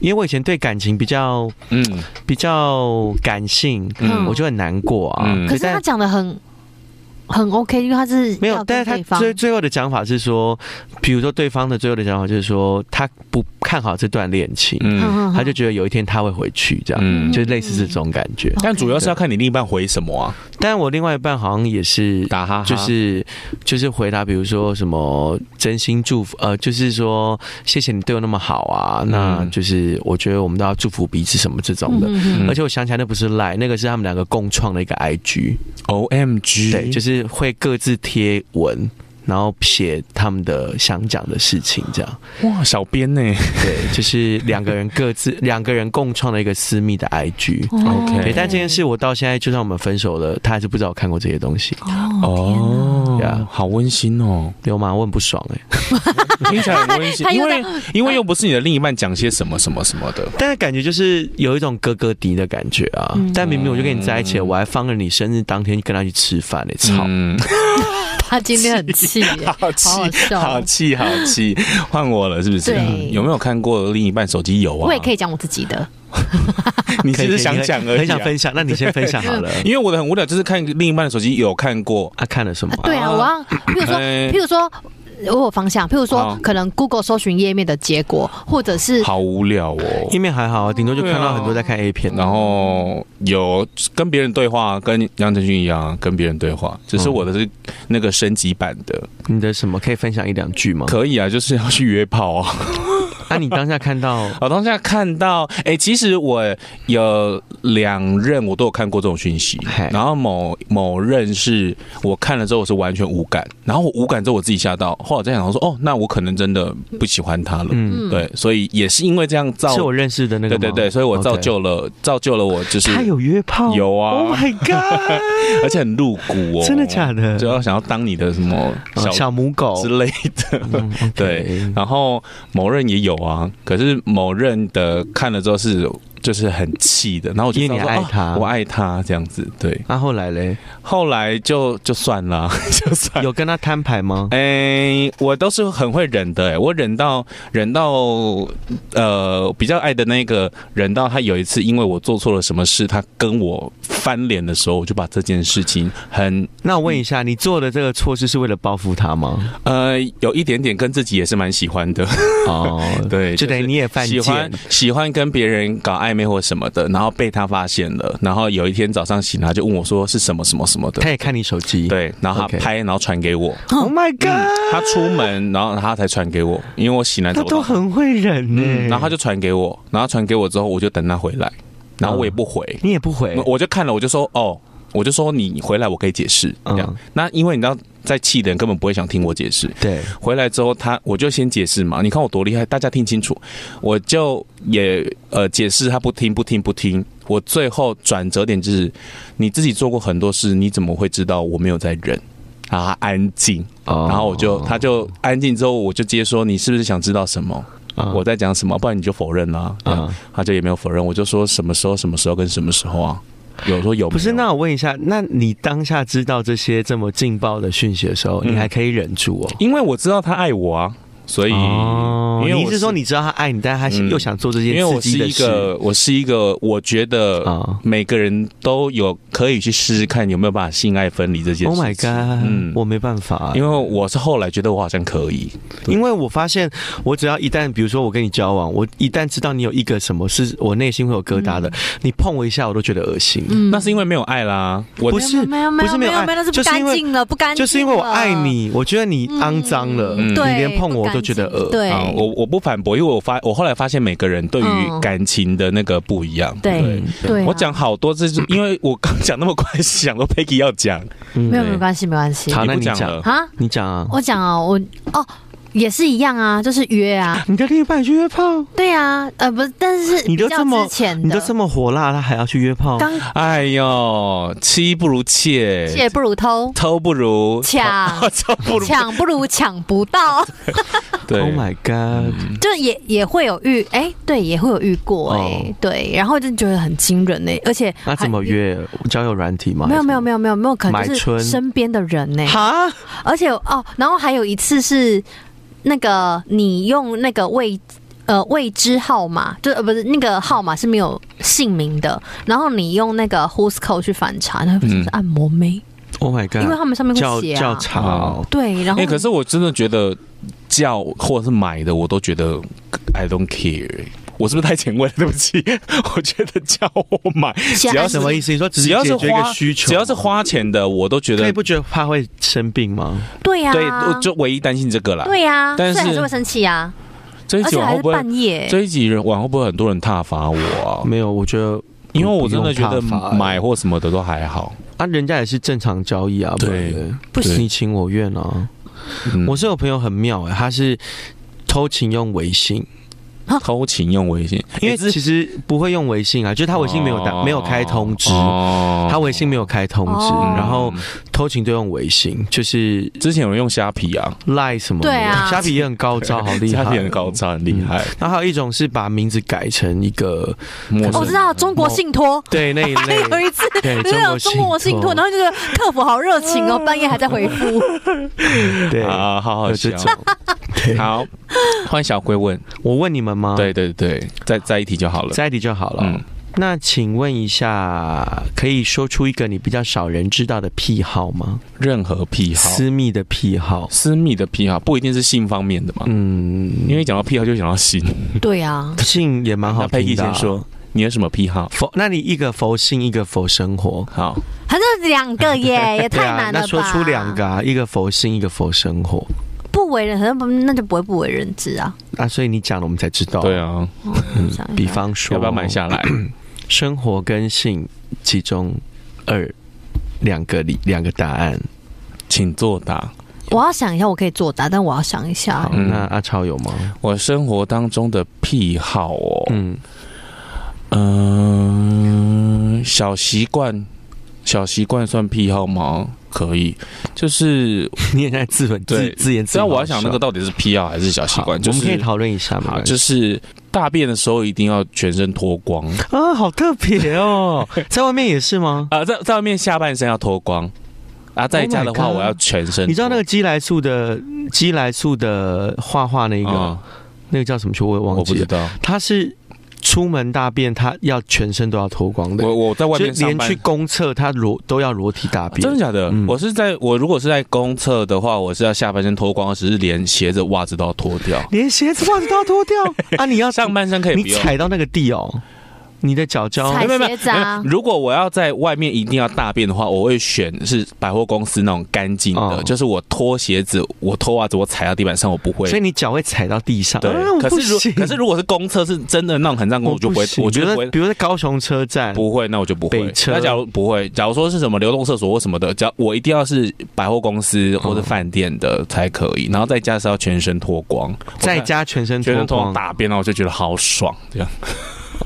Speaker 2: 因为我以前对感情比较
Speaker 3: 嗯
Speaker 2: 比较感性，
Speaker 1: 嗯
Speaker 2: 我就很难过啊。
Speaker 3: 嗯
Speaker 1: 可是
Speaker 2: 但
Speaker 1: 他讲的很很 OK，因为他是
Speaker 2: 没有，
Speaker 1: 要
Speaker 2: 但是
Speaker 1: 跟对
Speaker 2: 他
Speaker 1: 方
Speaker 2: 最最后的讲法是说，比如说对方的最后的讲法就是说，他不看好这段恋情，
Speaker 3: 嗯
Speaker 1: 嗯嗯
Speaker 2: 他就觉得有一天他会回去，这样、
Speaker 3: 嗯
Speaker 2: 就类似这种感
Speaker 1: 嗯
Speaker 2: 觉。
Speaker 3: 但主要是要看你另一半回什么啊，
Speaker 2: 但我另外一半好像也是
Speaker 3: 打啊哈哈，
Speaker 2: 就是就是回答，比如说什么真心祝福，呃，就是说谢谢你对我那么好啊，那
Speaker 3: 嗯
Speaker 2: 就是我觉得我们都要祝福彼此什么这种的。
Speaker 1: 嗯嗯嗯
Speaker 2: 而且我想起来，那不是赖，那个是他们两个共创的一个 IG，
Speaker 3: O M G，
Speaker 2: 对，就是会各自贴文，然后写他们的想讲的事情，这样，
Speaker 3: 哇，小编呢、
Speaker 2: 对，就是两个人各自两个人共创的一个私密的 IG。
Speaker 1: 哦
Speaker 3: OK
Speaker 2: 对，但这件事我到现在，就算我们分手了，他还是不知道我看过这些东西，
Speaker 1: 哦，
Speaker 2: 天哪
Speaker 3: 哦，好温馨哦，
Speaker 2: 流氓，我很不爽哎、
Speaker 3: 听起来很温馨
Speaker 1: 他，
Speaker 3: 因
Speaker 1: 又在
Speaker 3: 为因为又不是你的另一半讲些什么什么什么的，
Speaker 2: 但是感觉就是有一种哥哥敌的感觉啊！
Speaker 1: 嗯
Speaker 2: 但明明我就跟你在一起了，我还放了你生日当天跟他去吃饭嘞、操！
Speaker 3: 哦嗯
Speaker 1: 他今天很气 耶，
Speaker 3: 好
Speaker 1: 好好
Speaker 3: 气，
Speaker 1: 笑
Speaker 3: 好气，好气，换我了是不是
Speaker 1: 对？
Speaker 3: 有没有看过另一半手机有啊？
Speaker 1: 我也可以讲我自己的， 啊
Speaker 3: 你
Speaker 2: 可以
Speaker 3: 其
Speaker 2: 可
Speaker 3: 实
Speaker 2: 以
Speaker 3: 想讲而已、啊，
Speaker 2: 很想分享，那你先分享好 了。
Speaker 3: 因为我的很无聊，就是看另一半的手机有看过，
Speaker 2: 他、看了什么
Speaker 1: 啊？对啊，我要，譬如说，
Speaker 3: 哎
Speaker 1: 譬如说。我有方向，譬如说
Speaker 3: 好，
Speaker 1: 可能 Google 搜寻页面的结果，或者是
Speaker 3: 好无聊哦。
Speaker 1: 嗯
Speaker 2: 页面还好，顶多就看
Speaker 3: 对
Speaker 2: 到
Speaker 3: 啊
Speaker 2: 很多在看 A 片的。
Speaker 3: 然后有跟别人对话，跟杨丞琳一样跟别人对话，只
Speaker 1: 嗯
Speaker 3: 是我的是那个升级版的，
Speaker 2: 你的什么可以分享一两句吗？
Speaker 3: 可以啊，就是要去约炮啊。
Speaker 2: 那、你当下看 到，
Speaker 3: 我当下看到，哎、其实我有两任我都有看过这种讯息
Speaker 2: 嘿，
Speaker 3: 然后某某任是我看了之后我是完全无感，然后我无感之后我自己吓到，后来我在想说，哦，那我可能真的不喜欢他了，
Speaker 2: 嗯，
Speaker 3: 对，所以也是因为这样造
Speaker 2: 是，我认识的那个
Speaker 3: 对
Speaker 2: 吗
Speaker 3: 对对，所以我造
Speaker 2: OK
Speaker 3: 就了造就了我就是
Speaker 2: 他有约炮，
Speaker 3: 有啊
Speaker 2: ，Oh my god！
Speaker 3: 而且很露骨哦，
Speaker 2: 真的假的
Speaker 3: 就要想要当你的什么
Speaker 2: 哦
Speaker 3: 小
Speaker 2: 小母狗
Speaker 3: 之类的，
Speaker 2: 嗯 OK
Speaker 3: 对然后某任也有啊，可是某任的看了之后是就是很气的，然后我就
Speaker 2: 因为你
Speaker 3: 知道说
Speaker 2: 爱他
Speaker 3: 啊我爱他这样子，对。
Speaker 2: 那、啊后来嘞，
Speaker 3: 后来就就算了， 就算了。
Speaker 2: 有跟他摊牌吗？
Speaker 3: 哎、我都是很会忍的、哎，我忍到忍到呃比较爱的那个忍到他有一次因为我做错了什么事，他跟我翻脸的时候，我就把这件事情很
Speaker 2: 那我问一下，你做的这个措施是为了报复他吗？
Speaker 3: 呃有一点点跟自己也是蛮喜欢 的，
Speaker 2: 哦，
Speaker 3: 嗯 对，
Speaker 2: 就等于你也犯
Speaker 3: 喜
Speaker 2: 贱，
Speaker 3: 欢喜欢跟别人搞暧昧或什么的，然后被他发现了，然后有一天早上醒来就问我说是什么什么什么的
Speaker 2: 他，也看你手机。
Speaker 3: 对，嗯然后他
Speaker 2: OK
Speaker 3: 拍，然后传给我，
Speaker 2: ，Oh my god！
Speaker 3: 他出门，然后他才传给我，因为我醒来
Speaker 2: 他
Speaker 3: 走
Speaker 2: 都
Speaker 3: 到，
Speaker 2: 很会忍呢、欸
Speaker 3: 嗯，然后他就传给我，然后传给我之后，我就等他回来，然
Speaker 2: 嗯
Speaker 3: 后我也不回，
Speaker 2: 你也不回，
Speaker 3: 我就看了，我就说哦，我就说你回来我可以解释，这样，
Speaker 2: 嗯
Speaker 3: 那因为你知道。在气的人根本不会想听我解释，
Speaker 2: 对，
Speaker 3: 回来之后他我就先解释嘛，你看我多厉害，大家听清楚，我就也呃解释他不听不听不听，我最后转折点就是你自己做过很多事，你怎么会知道我没有在忍？啊，安静，
Speaker 2: 哦
Speaker 3: 然后我就他就安静之后，我就直接说你是不是想知道什么？
Speaker 2: 啊
Speaker 3: 我在讲什么？不然你就否认啦、这样
Speaker 2: 嗯
Speaker 3: 他就也没有否认，我就说什么时候什么时候跟什么时候啊？有说有没有
Speaker 2: 不是，那我问一下，那你当下知道这些这么劲爆的讯息的时候，
Speaker 3: 嗯
Speaker 2: 你还可以忍住哦？
Speaker 3: 因为我知道他爱我啊，所以、因为
Speaker 2: 你
Speaker 3: 我
Speaker 2: 是说你知道他爱你，但是他
Speaker 3: 嗯
Speaker 2: 又想做这
Speaker 3: 因为
Speaker 2: 些
Speaker 3: 我
Speaker 2: 刺
Speaker 3: 是
Speaker 2: 激的
Speaker 3: 一
Speaker 2: 事
Speaker 3: 个，我是一个，我觉得
Speaker 2: 啊
Speaker 3: 每个人都有可以去试试看有没有办法性爱分离这件事情。
Speaker 2: ？Oh my god！
Speaker 3: 嗯
Speaker 2: 我没办法，啊
Speaker 3: 因为我是后来觉得我好像可以，
Speaker 2: 因为我发现，我只要一旦，比如说我跟你交往，我一旦知道你有一个什么是我内心会有疙瘩的，你碰我一下，我都觉得恶心。
Speaker 1: 嗯
Speaker 3: 那是因为没有爱啦。我
Speaker 2: 不是
Speaker 1: 没有没
Speaker 2: 不是
Speaker 1: 有
Speaker 2: 没有
Speaker 1: 有
Speaker 2: 爱
Speaker 1: 没有，那是不
Speaker 2: 就是
Speaker 1: 干
Speaker 2: 因为
Speaker 1: 净了，不干净了，
Speaker 2: 就是因为我爱你，我觉得你肮脏了，
Speaker 1: 嗯
Speaker 2: 你
Speaker 1: 对
Speaker 2: 连碰我都觉得
Speaker 1: 不干净
Speaker 2: 恶。
Speaker 1: 对
Speaker 3: 啊，我我不反驳，因为我发我后来发现每个人对
Speaker 1: 嗯
Speaker 3: 于感情的那个不一样。
Speaker 1: 对
Speaker 2: 嗯
Speaker 1: 对啊，
Speaker 3: 我讲好多， 这是因为我刚讲那么快，想到 Peggy 要讲，
Speaker 2: 嗯
Speaker 1: 没有没关系没关系
Speaker 2: 好，那
Speaker 3: 你不
Speaker 2: 你
Speaker 3: 讲
Speaker 2: 讲
Speaker 3: 了
Speaker 1: 啊，
Speaker 2: 你讲啊，
Speaker 1: 我讲啊，我哦也是一样啊，就是约啊，
Speaker 2: 你的另一半去约炮，
Speaker 1: 对啊，呃不，但是
Speaker 2: 你都
Speaker 1: 比较
Speaker 2: 这么
Speaker 1: 之前
Speaker 2: 你都这
Speaker 1: 么
Speaker 2: 么火辣，他还要去约炮？
Speaker 1: 刚
Speaker 3: 哎呦，妻不如妾，
Speaker 1: 借不如偷啊
Speaker 3: 偷不如
Speaker 1: 抢
Speaker 3: 偷不 如
Speaker 1: 抢不如抢不到，
Speaker 3: 对嗯
Speaker 2: Oh my god！
Speaker 1: 就也也会有遇，哎、对，也会有遇过、哎、
Speaker 2: 哦
Speaker 1: 对，然后就觉得很惊人呢、而且
Speaker 2: 那怎么
Speaker 1: 还？
Speaker 2: 约？交友软体吗？
Speaker 1: 没有没有
Speaker 2: 有。
Speaker 1: 没有没有没有，可能就
Speaker 2: 买春
Speaker 1: 是身边的人呢、
Speaker 4: 哈，
Speaker 1: 而且哦，然后还有一次是那个你用那个未呃未知号码，就呃不是那个号码是没有姓名的，然后你用那个 Who's Call 去反查，那不是
Speaker 3: 嗯
Speaker 1: 按摩妹，
Speaker 2: Oh my
Speaker 1: 因为
Speaker 2: god！
Speaker 1: 他们上面
Speaker 2: 叫
Speaker 1: 会写
Speaker 2: 叫
Speaker 1: 啊，
Speaker 2: 吵，
Speaker 1: 对，然后、
Speaker 3: 哎、可是我真的觉得叫或者是买的，我都觉得 I don't care。我是不是太前卫了？对不起， 我觉得叫我买，
Speaker 1: 其他
Speaker 3: 只要
Speaker 1: 按
Speaker 3: 是
Speaker 1: 什么
Speaker 2: 意思？你说只
Speaker 3: 嗯只要是
Speaker 2: 解决一个
Speaker 3: 花
Speaker 2: 需求，
Speaker 3: 只要是，花钱的，我都觉
Speaker 2: 可以
Speaker 3: 得
Speaker 2: 不觉得怕会生病吗？
Speaker 1: 对呀、
Speaker 3: 对，我就唯一担心这个
Speaker 2: 啊
Speaker 3: 啦。
Speaker 1: 对呀、
Speaker 3: 但
Speaker 1: 所以还
Speaker 3: 是
Speaker 1: 是会生气呀、
Speaker 3: 这一
Speaker 1: 而
Speaker 3: 集
Speaker 1: 且
Speaker 3: 往
Speaker 1: 还
Speaker 3: 后
Speaker 1: 是
Speaker 3: 会不会
Speaker 1: 半夜、
Speaker 3: 这一集人往后会不会很多人挞伐我啊？
Speaker 2: 没有，我觉得
Speaker 3: 因为我真的觉得
Speaker 2: 不用怕烦
Speaker 3: 买或什么的都还好。
Speaker 2: 啊，人家也是正常交易啊，
Speaker 3: 对
Speaker 2: 不然呢
Speaker 1: 不
Speaker 3: 对
Speaker 1: 行。
Speaker 2: 你情我愿啊。
Speaker 3: 嗯
Speaker 2: 我是有朋友很妙哎、他是偷情用微信，
Speaker 3: 偷情用微信，
Speaker 2: 因为其实不会用微信啊，就是他微信没有打、
Speaker 3: 哦
Speaker 2: 没有开通知，
Speaker 3: 哦嗯
Speaker 2: 他微信没有开通知，
Speaker 1: 哦
Speaker 2: 然后偷情都用微信，就是
Speaker 3: 之前有人用虾皮啊，
Speaker 2: 赖什么的
Speaker 1: 对啊
Speaker 2: 虾皮也很高招，好厉害，
Speaker 3: 虾皮很高。超很厉害，
Speaker 2: 然后还有一种是把名字改成一 个
Speaker 3: 陌
Speaker 1: 哦我
Speaker 3: 生
Speaker 1: 知道中国信托。，
Speaker 2: 对那一类
Speaker 1: 有一次，
Speaker 2: 对
Speaker 1: 就是有
Speaker 2: 中
Speaker 1: 中
Speaker 2: 国
Speaker 1: 国
Speaker 2: 信
Speaker 1: 信
Speaker 2: 托嗯
Speaker 1: 托，然后就是客服好热情哦，半夜还在回复。
Speaker 2: 对，
Speaker 3: 啊，好好
Speaker 2: 有
Speaker 3: 笑
Speaker 2: 这。 种。对
Speaker 3: 好，换小龟问，
Speaker 2: 我问你们吗？，
Speaker 3: 对对对，再再一题就好了。
Speaker 2: 在一起就好了。
Speaker 3: 嗯，
Speaker 2: 那请问一下，可以说出一个你比较少人知道的癖好吗？
Speaker 3: 任何癖好，
Speaker 2: 私密的癖好。
Speaker 3: 私密的癖好不一定是性方面的嘛，
Speaker 2: 嗯，
Speaker 3: 因为讲到癖好就想到性。
Speaker 1: 对啊，
Speaker 2: 性也蛮好
Speaker 3: 那佩
Speaker 2: 听
Speaker 3: 蒂
Speaker 2: 的啊、
Speaker 3: 先说，你有什么癖好？
Speaker 2: 佛，那你一个佛性，一个佛生活。
Speaker 3: 好，
Speaker 1: 还是两个耶，也
Speaker 2: 对
Speaker 1: 太
Speaker 2: 啊，
Speaker 1: 难了吧？
Speaker 2: 那说出两个，啊，一个佛性，一个佛生活。
Speaker 1: 不为人，那不那就不会不为人知 啊。
Speaker 2: 啊，所以你讲了，我们才知道。
Speaker 3: 对，啊，
Speaker 1: 嗯想一
Speaker 2: 比
Speaker 1: 想
Speaker 2: 方说，
Speaker 3: 要不要买 下来？
Speaker 2: 生活跟性其中二两个里两个答案？
Speaker 3: 请作答。
Speaker 1: 我要想一下，我可以作答，但我要想一下
Speaker 2: 好，，
Speaker 3: 嗯
Speaker 2: 那阿超有吗？
Speaker 3: 我生活当中的癖好哦，
Speaker 2: 嗯，
Speaker 3: 嗯，小习惯，小习惯算癖好吗？可以，就是
Speaker 2: 你也在自刎自
Speaker 3: 对
Speaker 2: 自言自语。
Speaker 3: 虽然我要想那个到底是癖好还是小习
Speaker 2: 好
Speaker 3: 惯，就
Speaker 2: 我们可以
Speaker 3: 是
Speaker 2: 讨论一下嘛
Speaker 3: 好，。就是大便的时候一定要全身脱光
Speaker 2: 啊，好特别哦， 在外面也是吗？
Speaker 3: 啊，在在外面下半身要脱光啊，在家的
Speaker 2: Oh
Speaker 3: 话
Speaker 2: my god
Speaker 3: 我要全身脱。
Speaker 2: 你知道那个基来素的基来素的画画那个、
Speaker 3: 嗯
Speaker 2: 那个叫什么球我也
Speaker 3: 我
Speaker 2: 忘
Speaker 3: 不
Speaker 2: 记
Speaker 3: 知
Speaker 2: 了，
Speaker 3: 道，
Speaker 2: 他是出门大便，他要全身都要脱光的，
Speaker 3: 我我在外面
Speaker 2: 就
Speaker 3: 上
Speaker 2: 连
Speaker 3: 班啊
Speaker 2: 去公厕他裸都要裸体大便，
Speaker 3: 真的假的？
Speaker 2: 嗯
Speaker 3: 我是在我如果是在公厕的话，我是要下半身脱光，只是连鞋子、袜子都要脱掉。
Speaker 2: 连鞋子袜子都要脱 掉啊！你要
Speaker 3: 上半身可以
Speaker 2: 你
Speaker 3: 不用。
Speaker 2: 踩到那个地哦，你的脚脚
Speaker 1: 踩
Speaker 3: 没有没
Speaker 1: 鞋
Speaker 3: 有
Speaker 1: 子啊
Speaker 3: 没有如果我要在外面一定要大便的话，我会选是百货公司那种干净的，
Speaker 2: 哦
Speaker 3: 就是我脱鞋子、我脱袜子、我踩到地板上，我不会。
Speaker 2: 所以你脚会踩到地上。
Speaker 3: 对，
Speaker 2: 啊我
Speaker 3: 可
Speaker 2: 不
Speaker 3: 是如
Speaker 2: 行
Speaker 3: 可是如果是公厕是真的那种很上公，我就不会，
Speaker 2: 行
Speaker 3: 我觉
Speaker 2: 比
Speaker 3: 得
Speaker 2: 如
Speaker 3: 不
Speaker 2: 说
Speaker 3: 会
Speaker 2: 比如在高雄车站，
Speaker 3: 不会，那我就不
Speaker 2: 北
Speaker 3: 会。
Speaker 2: 车
Speaker 3: 那假如不会，假如说是什么流动厕所或什么的，只要我一定要是百货公司或者饭店的才可以，然后在家是要全身脱光，
Speaker 2: 在家全身
Speaker 3: 全
Speaker 2: 脱
Speaker 3: 身脱光
Speaker 2: 光。
Speaker 3: 大便，然后我就觉得好爽，这样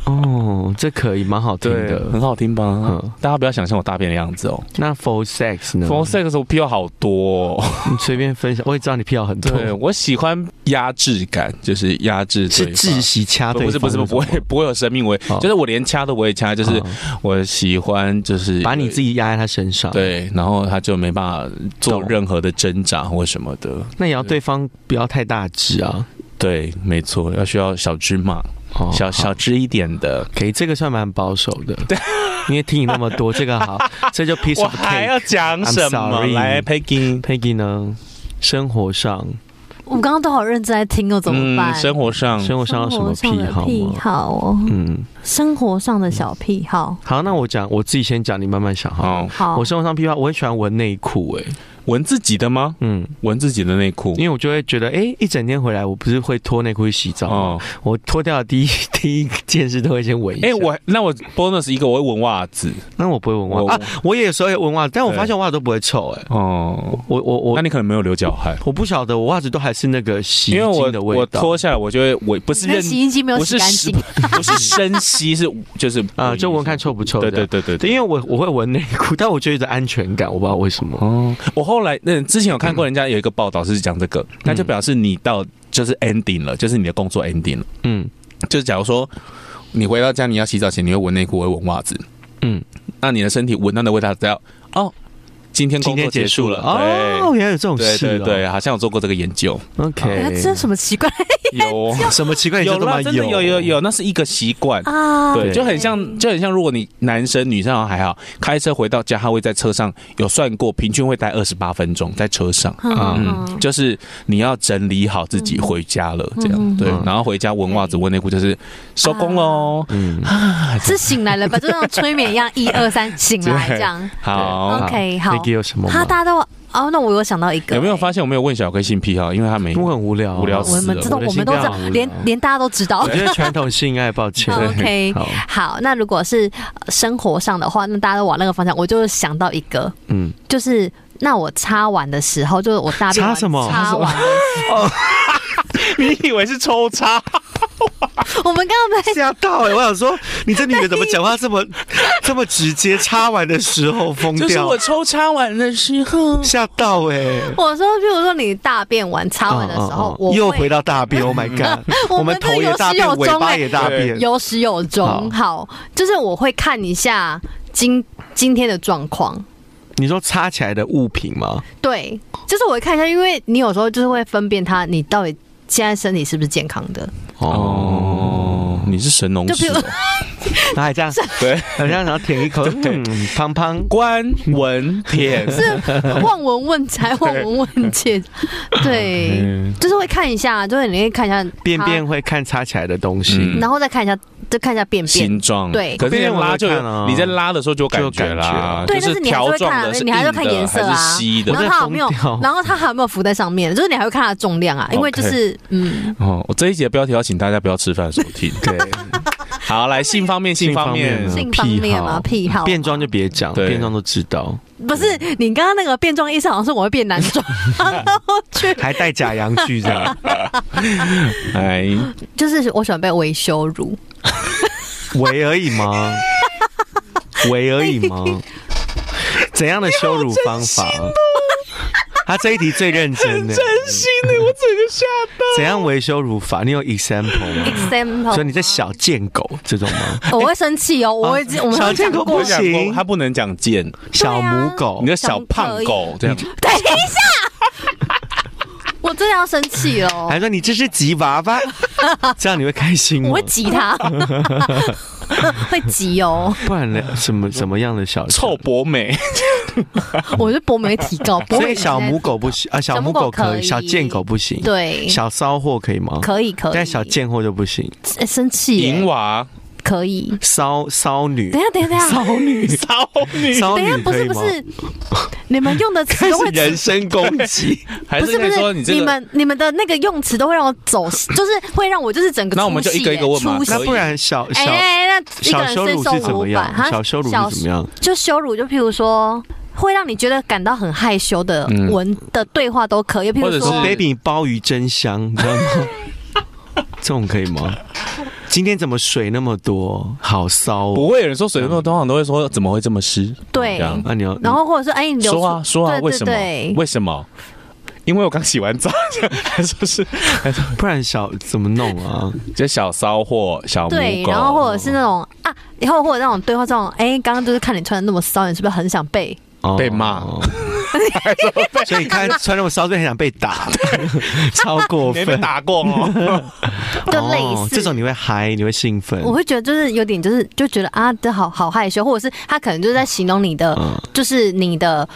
Speaker 2: 哦，这可以，蛮好听的
Speaker 3: 很。好听吧？
Speaker 2: 嗯
Speaker 3: 大家不要想象我大便的样子哦。
Speaker 2: 那 for sex 呢？
Speaker 3: 从 sex 我癖好好多、哦，
Speaker 2: 你随便分享，我也知道你癖好很多，
Speaker 3: 对我喜欢压制感，就是压制
Speaker 2: 是
Speaker 3: 对方
Speaker 2: 窒息掐对
Speaker 3: 不
Speaker 2: 方
Speaker 3: 是不是
Speaker 2: 那
Speaker 3: 不
Speaker 2: 种吗，
Speaker 3: 会不会有生命危，
Speaker 2: 哦
Speaker 3: 就是我连掐都不会掐，就是我喜欢就是
Speaker 2: 啊把你自
Speaker 3: 己
Speaker 2: 己压在他身上。，
Speaker 3: 对，然后他就没办法做
Speaker 2: 懂
Speaker 3: 任何的挣扎或什么的，
Speaker 2: 那也要对方不要太大只啊。
Speaker 3: 对，没错，要需要小芝麻，
Speaker 2: 哦
Speaker 3: 小
Speaker 2: 好
Speaker 3: 小芝一点的。
Speaker 2: 可以，这个算蛮保守的。对，因为听你那么多，这个 好，这就 piece
Speaker 3: 我
Speaker 2: of
Speaker 3: 还
Speaker 2: cake。
Speaker 3: 要讲
Speaker 2: I'm
Speaker 3: 什么？
Speaker 2: sorry
Speaker 3: 来，Peggy，
Speaker 2: Peggy 呢？生活上，
Speaker 1: 我刚刚都好认真在听哦，怎么办？
Speaker 3: 生活上
Speaker 2: 嗯生活上有什么
Speaker 1: 生活
Speaker 2: 癖
Speaker 1: 上的
Speaker 2: 好
Speaker 1: 癖
Speaker 2: 吗？
Speaker 1: 好哦，
Speaker 2: 嗯，
Speaker 1: 生活上的小癖好。
Speaker 2: 好，那我讲，我自己先讲，你慢慢想哈。
Speaker 3: 哦，
Speaker 1: 好，
Speaker 2: 我生活上癖好，我很喜欢闻内裤，哎，
Speaker 3: 闻自己的吗？
Speaker 2: 嗯，
Speaker 3: 闻自己的内裤
Speaker 2: 因。为我就会觉得，哎，一整天回来，我不是会脱内裤去洗澡吗？
Speaker 3: 哦，
Speaker 2: 我脱掉的第一 第一件事都会先闻一下。
Speaker 3: 哎、我那我 bonus 一个，我会闻袜子。
Speaker 2: 那我不会闻
Speaker 3: 我
Speaker 2: 袜子啊，我也有时候会闻袜子，但我发现我袜子都不会臭哎、
Speaker 3: 哦，
Speaker 2: 我我
Speaker 3: 那
Speaker 2: 我
Speaker 3: 你可能没有流脚汗，
Speaker 2: 我不晓得，我袜子都还是那个洗衣
Speaker 3: 因为
Speaker 2: 精的
Speaker 3: 我
Speaker 2: 味
Speaker 3: 我
Speaker 2: 道
Speaker 3: 脱下来，我就会我不是
Speaker 1: 那
Speaker 3: 认
Speaker 1: 洗衣机没有
Speaker 3: 不
Speaker 1: 洗
Speaker 3: 是
Speaker 1: 干净，
Speaker 3: 不 是深吸，是就是
Speaker 2: 啊、就闻看。臭不臭
Speaker 3: 对
Speaker 2: 的。
Speaker 3: 对对
Speaker 2: 对，
Speaker 3: 对对。
Speaker 2: 因为我我会闻内裤，但我觉得安全感，我不知道为什么。
Speaker 3: 哦，我后来那之前有看过人家有一个报道是讲这个，那就表示你到就是 ending 了，就是你的工作 ending 了。
Speaker 2: 嗯
Speaker 3: 就是假如说你回到家你要洗澡前，你会闻内裤，会闻袜子，
Speaker 2: 嗯，
Speaker 3: 那你的身体闻到的味道只要哦，今天工作结束了，
Speaker 2: 哦，原来有这种
Speaker 3: 对
Speaker 2: 事、
Speaker 3: 对对
Speaker 2: 哦，
Speaker 3: 对，好像有做过这个研究，哎
Speaker 1: 那这是
Speaker 2: OK，
Speaker 1: 什么奇怪
Speaker 3: 有
Speaker 2: 什么奇怪
Speaker 3: 有啦，真的有有有，那是一个习惯。
Speaker 1: 啊？
Speaker 3: 对，就很像，就很像。如果你男生女生好像还好，开车回到家，他会在车上有算过，平均会待二十八分钟在车上。
Speaker 1: 嗯
Speaker 3: 嗯，就是你要整理好自己回家了，这样对，然后回家闻袜子、闻内裤，就是收工喽。
Speaker 2: 嗯，
Speaker 1: 是醒来了吧？就像催眠一样，一二三，醒来这样。
Speaker 3: 啊好，
Speaker 1: OK，好
Speaker 2: n i k 有什么
Speaker 1: 哈，
Speaker 2: 吗？
Speaker 1: 大家都哦，那我有想到一个，哎
Speaker 3: 有没有发现我没有问小哥性癖好？因为他没
Speaker 2: 我很无聊、
Speaker 5: 啊
Speaker 3: 无聊
Speaker 1: 我
Speaker 3: 死
Speaker 1: 们
Speaker 3: 了
Speaker 1: 知道，
Speaker 2: 我的
Speaker 1: 我们
Speaker 2: 性
Speaker 1: 都知
Speaker 2: 格
Speaker 1: 道
Speaker 3: 啊
Speaker 2: 很无，聊
Speaker 1: 连连大家都知道嗯
Speaker 2: 我。觉得传统性爱，抱 歉。
Speaker 1: OK，
Speaker 2: 好，
Speaker 1: 好，那如果是呃生活上的话，那大家都往那个方向，我就想到一个，
Speaker 2: 嗯，
Speaker 1: 就是那我擦完的时候，就是我大便完
Speaker 5: 擦什么
Speaker 1: 擦完的时
Speaker 3: 你以为是抽插？
Speaker 1: 候，我们刚刚 在
Speaker 5: 吓到哎、欸！我想说，你这女人怎么讲话这么这么直接？插完的时候疯
Speaker 3: 就是
Speaker 5: 掉
Speaker 3: 我，抽插完的时候，
Speaker 5: 吓到哎、欸！哦
Speaker 1: 我说，譬如说你大便完擦完的时
Speaker 2: 嗯嗯嗯
Speaker 1: 候，我
Speaker 5: 又
Speaker 1: 会
Speaker 5: 回到大便，Oh my god！
Speaker 1: 我们
Speaker 5: 们头也大
Speaker 1: 真的有
Speaker 5: 便，
Speaker 1: 始有
Speaker 5: 尾
Speaker 1: 终
Speaker 5: 巴
Speaker 1: 欸
Speaker 5: 也大便，
Speaker 1: 有始有终。好，就是我会看一下今今天的状况。
Speaker 2: 你说插起来的物品吗？
Speaker 1: 对，就是我会看一下，因为你有时候就是会分辨它，你到底现在身体是不是健康的。
Speaker 3: 哦，你是神农
Speaker 1: 就比
Speaker 3: 氏
Speaker 1: 如
Speaker 3: 哦，
Speaker 2: 那还 这样，
Speaker 3: 对，
Speaker 2: 很像，然后舔一口，嗯，胖胖，
Speaker 3: 关文 舔，
Speaker 1: 是望闻问才，望闻问切。
Speaker 3: 嗯
Speaker 1: 对，就是会看一下，就是你会看一下
Speaker 2: 便
Speaker 1: 它
Speaker 2: 便，会看插起来的东
Speaker 3: 嗯
Speaker 2: 西，
Speaker 1: 然后再看一下，再看一下便便。
Speaker 3: 形状
Speaker 1: 对
Speaker 3: 可是
Speaker 2: 边我
Speaker 3: 拉就
Speaker 2: 会看啊
Speaker 3: 有你在拉的时候就有感觉啊啦，
Speaker 1: 对，
Speaker 3: 就
Speaker 1: 但是你还是
Speaker 3: 条
Speaker 1: 会看
Speaker 3: 状
Speaker 1: 啊
Speaker 3: 的，，
Speaker 1: 你还是会看
Speaker 3: 硬的
Speaker 1: 颜色
Speaker 3: 还
Speaker 1: 啊
Speaker 3: 是稀，
Speaker 1: 然后
Speaker 3: 的。
Speaker 1: 它有没有
Speaker 2: 我在疯掉，
Speaker 1: 然后它还有没有浮在上面，就是你还会看它的重量啊，因为就是
Speaker 3: OK
Speaker 1: 嗯，
Speaker 3: 哦，我这一节的标题要请大家不要吃饭的时候 听。
Speaker 2: 对，
Speaker 3: 好，来性方面，性方面啊
Speaker 2: 性，
Speaker 1: 性方面嘛，癖好，
Speaker 2: 变装就别讲，
Speaker 3: 对
Speaker 2: 变装都知道，
Speaker 1: 不是你刚刚那个变装意思，好像是我会变男装，然后去
Speaker 2: 还带假洋具这 样，
Speaker 3: 哎，
Speaker 1: 就是我喜欢被微羞辱，
Speaker 2: 围而已吗？围而已 吗？怎样的羞辱方法？
Speaker 1: 哦
Speaker 2: 他这一题最认真的，
Speaker 3: 心的，我整个吓
Speaker 1: 哦
Speaker 2: 怎样为羞辱法？你有 example 吗？
Speaker 1: example，
Speaker 2: 所以你在哎小贱狗这种吗？
Speaker 1: 我会生气哦，我会
Speaker 2: 啊
Speaker 1: 我们
Speaker 5: 小
Speaker 1: 会
Speaker 5: 贱
Speaker 1: 讲
Speaker 5: 狗不
Speaker 1: 过
Speaker 3: 我想
Speaker 5: 行
Speaker 3: 过他不能讲贱，
Speaker 2: 小母
Speaker 1: 哦
Speaker 2: 狗
Speaker 3: 你，的小胖狗这样。
Speaker 1: 等一下，我真的要生气了哦
Speaker 2: 还，说你这是吉娃 娃，这样你会开心吗
Speaker 1: 我会？挤 他，会挤哦，
Speaker 2: 不然呢？什么什么样的小
Speaker 3: 臭？博美，
Speaker 1: 我是博美提高，博
Speaker 2: 所
Speaker 1: 美
Speaker 2: 以小母
Speaker 1: 母
Speaker 2: 狗不行啊，小
Speaker 1: 小
Speaker 2: 母
Speaker 1: 母
Speaker 2: 狗
Speaker 1: 狗
Speaker 2: 可
Speaker 1: 可
Speaker 2: 以，
Speaker 1: 以
Speaker 2: 小贱狗不行，，
Speaker 1: 对，
Speaker 2: 小骚货可以吗？
Speaker 1: 可以可以，
Speaker 2: 但小贱货就不行，
Speaker 1: 呃生气
Speaker 3: 银
Speaker 1: 耶
Speaker 3: 娃，
Speaker 1: 可以，
Speaker 2: 骚骚女
Speaker 1: 等一，下等一 下等一下，
Speaker 2: 女，
Speaker 3: 骚女，
Speaker 2: 骚
Speaker 1: 等一下
Speaker 2: 女
Speaker 1: 不
Speaker 2: 可
Speaker 1: 是
Speaker 2: 以
Speaker 1: 不
Speaker 2: 吗？
Speaker 1: 是，你们用的词
Speaker 2: 开
Speaker 1: 都会
Speaker 2: 始人身攻 击，
Speaker 3: 还
Speaker 1: 不
Speaker 3: 是
Speaker 1: 是不
Speaker 3: 可以说
Speaker 1: 是，
Speaker 3: 你
Speaker 1: 你
Speaker 3: 这个？
Speaker 1: 们你们的那个用词都会让我 走，就是会让我就是整个
Speaker 3: 那我们就
Speaker 1: 出戏
Speaker 3: 一个一个
Speaker 1: 耶
Speaker 3: 问嘛
Speaker 1: 出戏
Speaker 2: 那不然小
Speaker 1: 哎
Speaker 2: 小
Speaker 1: 哎，哎那一个
Speaker 2: 小
Speaker 1: 人
Speaker 2: 羞辱
Speaker 1: 是
Speaker 2: 是怎
Speaker 1: 受
Speaker 2: 么
Speaker 1: 五百
Speaker 2: 样？
Speaker 1: 哈，
Speaker 2: 小羞辱
Speaker 1: 小
Speaker 2: 是怎么样？
Speaker 1: 就羞辱，就譬如说会让你觉得感到很害羞的
Speaker 3: 嗯
Speaker 1: 文的对话都可以，譬
Speaker 3: 或者
Speaker 1: 如
Speaker 3: 是
Speaker 1: 说
Speaker 2: baby 鲍鱼真香，你知道吗？ 这种可以吗？今天怎么水那么多？好骚
Speaker 3: 不
Speaker 2: 哦！
Speaker 3: 会有人说水
Speaker 1: 嗯
Speaker 3: 分，通常都会说怎么会这么湿？
Speaker 1: 对
Speaker 3: 这，样
Speaker 2: 那你要
Speaker 1: 然后或者说哎你流
Speaker 3: 说啊
Speaker 1: 出
Speaker 3: 说啊，为
Speaker 1: 对
Speaker 3: 什
Speaker 1: 对
Speaker 3: 么
Speaker 1: 对？，
Speaker 3: 为什么？因为我刚洗完澡， 还说是
Speaker 2: 不然小怎么弄啊？
Speaker 3: 就小骚货、小母
Speaker 1: 对，
Speaker 3: 狗，
Speaker 1: 然后或者是那种啊，然后或者那种对话，这种哎，刚刚就是看你穿的那么骚，你是不是很想被？
Speaker 2: 哦
Speaker 3: 被骂
Speaker 2: 所以你看穿那么骚，就很想被 打，超过
Speaker 3: 没被
Speaker 2: 分。哦
Speaker 3: 打过哦。
Speaker 1: 就类似、
Speaker 2: 这种，你会嗨，你会兴奋。
Speaker 1: 我会觉得就是有点就是就觉得啊，这好好害羞，或者是他可能就是在形容你的，
Speaker 2: 嗯
Speaker 1: 就是你的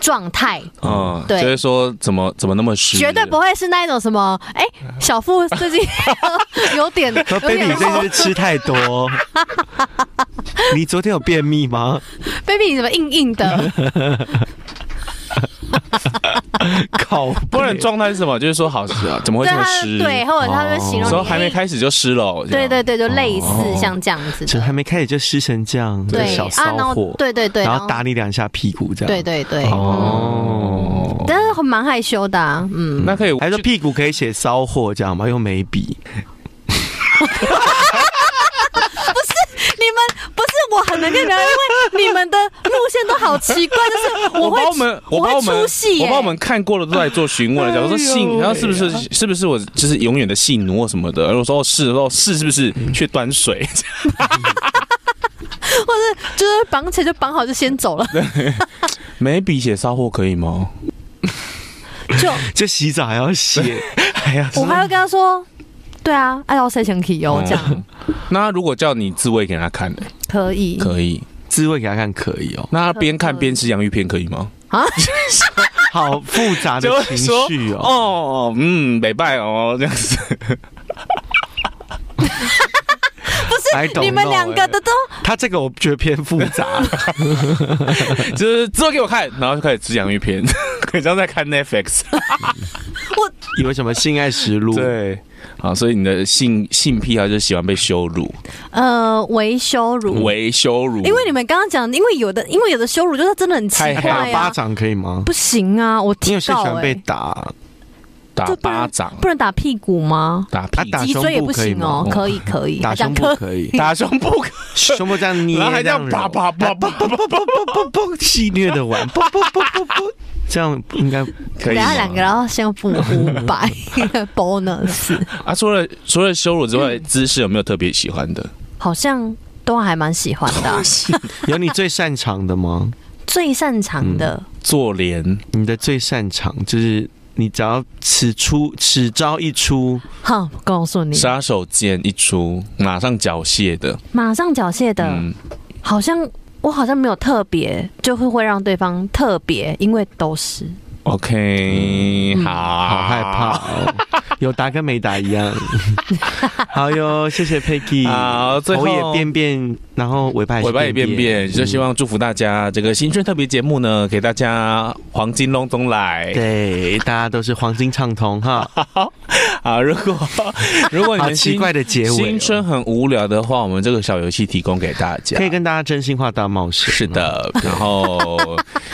Speaker 1: 状态，
Speaker 3: 嗯，
Speaker 1: 对
Speaker 3: 就是说怎么怎么那么湿？
Speaker 1: 绝对不会是那一种什么，哎、小付最近 有点
Speaker 2: 说
Speaker 1: 有
Speaker 2: baby
Speaker 1: 点
Speaker 2: 你最近是吃太 多，你昨天有便秘吗？
Speaker 1: baby 你怎么硬硬的？
Speaker 2: 靠背，
Speaker 3: 不然状态是什么？就是说好湿啊，怎么会
Speaker 1: 对，
Speaker 3: 这么
Speaker 1: 他
Speaker 3: 湿？
Speaker 1: 对，，或者他就形容你、
Speaker 3: 说还没
Speaker 1: 哎
Speaker 3: 开始就湿了哦。这
Speaker 1: 对
Speaker 3: 样
Speaker 1: 对对，就类似像这样子
Speaker 2: 这
Speaker 1: 的，
Speaker 2: 还没开始就湿成这样，这
Speaker 1: 对
Speaker 2: 小
Speaker 1: 啊，然
Speaker 2: 骚
Speaker 1: 后
Speaker 2: 货，
Speaker 1: 对对对，
Speaker 2: 然后打，你两下屁股这样，
Speaker 1: 对对对，嗯
Speaker 2: 哦。
Speaker 3: 嗯
Speaker 1: 但是蛮害羞的、啊，嗯。
Speaker 3: 那可以
Speaker 2: 还说屁股可以写骚货这样吗？用眉笔，
Speaker 1: 你们不是我很能跟你聊，因为你们的路线都好奇怪，就是
Speaker 3: 我
Speaker 1: 会
Speaker 3: 把我们，
Speaker 1: 我
Speaker 3: 把
Speaker 1: 会
Speaker 3: 我们，
Speaker 1: 出戏
Speaker 3: 我
Speaker 1: 耶，哎
Speaker 3: 把我们看过的都来做询问了，假如说性，然后是不是是不是我就是永远的戏奴或什么的，然后我说哦是，然后是是不是去端水？
Speaker 1: 或者就是绑起来就绑好就先走了，
Speaker 3: 眉笔写骚货可以吗？
Speaker 1: 就
Speaker 6: 就洗澡还要洗， 还要
Speaker 1: 我还会跟他说，对啊，爱到谁前提哦，这样
Speaker 3: 嗯。 那如果叫你自慰给他看的，
Speaker 1: 可以
Speaker 3: 可以。
Speaker 2: 滋味给他看可以哦。
Speaker 3: 那他边看边吃洋芋片可以吗？
Speaker 1: 啊，
Speaker 6: 好复杂的
Speaker 3: 就会
Speaker 6: 情
Speaker 3: 说
Speaker 6: 绪哦。
Speaker 3: 哦，嗯，北拜哦，这样子。
Speaker 2: I
Speaker 1: 不
Speaker 2: don't
Speaker 1: 是你们
Speaker 2: know，
Speaker 1: 两个的都
Speaker 2: 他这个我觉得偏复 杂，
Speaker 3: 就是做给我看，然后就开始吃洋芋片， 很像在看 Netflix。
Speaker 2: 有什么性爱实录？
Speaker 3: 对，好，所以你的性性癖好就是喜欢被羞辱，
Speaker 1: 呃为羞辱，
Speaker 3: 为羞辱，
Speaker 1: 因为你们刚刚讲，因为有的因为有的羞辱就是真的很奇
Speaker 3: 太
Speaker 1: 怪
Speaker 2: 打巴
Speaker 1: 啊，
Speaker 2: 掌可以吗？
Speaker 1: 不行啊，我
Speaker 2: 你有
Speaker 1: 听
Speaker 2: 些喜
Speaker 1: 到
Speaker 2: 欢被
Speaker 1: 哎，
Speaker 2: 打，
Speaker 3: 打
Speaker 1: 就不然
Speaker 3: 巴掌、
Speaker 1: 不能打屁股吗？
Speaker 3: 打屁
Speaker 2: 啊打
Speaker 1: 脊
Speaker 2: 胸
Speaker 1: 椎也
Speaker 2: 部
Speaker 1: 不
Speaker 2: 可以
Speaker 1: 行哦
Speaker 2: 吗，
Speaker 1: 可以可以，
Speaker 2: 打
Speaker 1: 这样
Speaker 2: 胸部
Speaker 1: 可
Speaker 2: 可以，
Speaker 3: 打胸部，
Speaker 2: 胸部这样捏，
Speaker 3: 然后还这样
Speaker 2: 揉
Speaker 3: 叭叭叭叭叭 叭叭
Speaker 2: 不不不，戏虐的 玩，不不不不不，这样应该
Speaker 3: 可
Speaker 1: 等
Speaker 3: 以吗
Speaker 1: 下两个然后先付五百 bonus，
Speaker 3: 啊！除了除了羞辱之外，姿势有没有特别喜欢的？
Speaker 1: 好像都还蛮喜欢的啊、
Speaker 2: 有你最擅长的吗？
Speaker 1: 最擅长的，
Speaker 3: 坐莲
Speaker 2: 你的最擅长就是你只要此出此招一出，
Speaker 1: 哼，我告诉你，
Speaker 3: 杀手锏一出，马上缴械的，
Speaker 1: 马上缴械的，
Speaker 3: 嗯，
Speaker 1: 好像我好像没有特别，就会会让对方特别，因为都是
Speaker 3: OK，、好，
Speaker 2: 嗯好害怕哦，有打跟没打一样。 好哟，谢谢 Peggy，
Speaker 3: 好啊最后
Speaker 2: 头也变变，然后尾巴也是
Speaker 3: 尾巴也变
Speaker 2: 便嗯
Speaker 3: 变，就希望祝福大家这个新春特别节目呢，给大家黄金隆中来。
Speaker 2: 嗯对，大家都是黄金畅通 哈，
Speaker 3: 啊，如 果如果你
Speaker 2: 好
Speaker 3: 们
Speaker 2: 奇
Speaker 3: 新
Speaker 2: 怪的结尾哦，
Speaker 3: 新春很无聊的话，我们这个小游戏提供给大家。
Speaker 2: 可以跟嗯大家真心话大冒险，
Speaker 3: 是，的，然后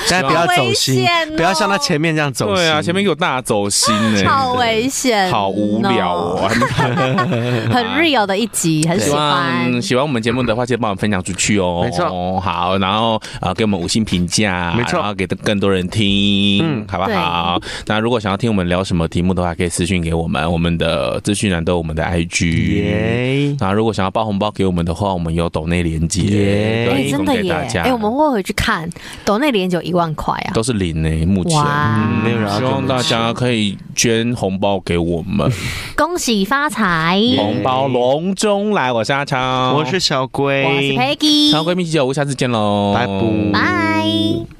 Speaker 2: 大家不要走
Speaker 1: 好危
Speaker 2: 心
Speaker 1: 险哦，
Speaker 2: 不要像他前面这 样走心，
Speaker 3: 对啊，前面给我大走心呢、
Speaker 1: 好危险、
Speaker 3: 好无聊哦，。
Speaker 1: 很 real 的一集，很喜
Speaker 3: 希
Speaker 1: 欢
Speaker 3: 望。喜欢我们节目的话，记得帮我们分享出去哦。
Speaker 2: 没错，
Speaker 3: 好，然后啊、呃给我们五星评价，
Speaker 2: 没错
Speaker 3: 然后给更多人听，
Speaker 2: 嗯
Speaker 3: 好不好？那如果想要听我们聊什么题目的话，可以私信给我们，我们的资讯栏都有我们的 IG。
Speaker 2: 耶，
Speaker 3: 那如果想要包红包给我们的话，我们有抖内连接，
Speaker 2: 耶
Speaker 3: 对
Speaker 1: 哎、
Speaker 3: 提
Speaker 1: 真
Speaker 3: 供
Speaker 1: 的
Speaker 3: 给
Speaker 1: 耶！
Speaker 3: 大家。
Speaker 1: 哎、我们会回去看，抖内连有一万块啊！
Speaker 3: 都是零呢、目前。
Speaker 1: 哇
Speaker 3: 嗯
Speaker 2: 没有人要
Speaker 3: 希
Speaker 2: 跟我
Speaker 3: 望
Speaker 2: 们
Speaker 3: 大家可以捐红包给我们，
Speaker 1: 恭喜发财！
Speaker 3: 红包隆中来，我是阿超，
Speaker 2: 我是小龟，
Speaker 1: 我是
Speaker 3: 超
Speaker 1: Peggy，
Speaker 3: 闺蜜啤酒屋，下次见喽，
Speaker 2: 拜拜
Speaker 1: 拜。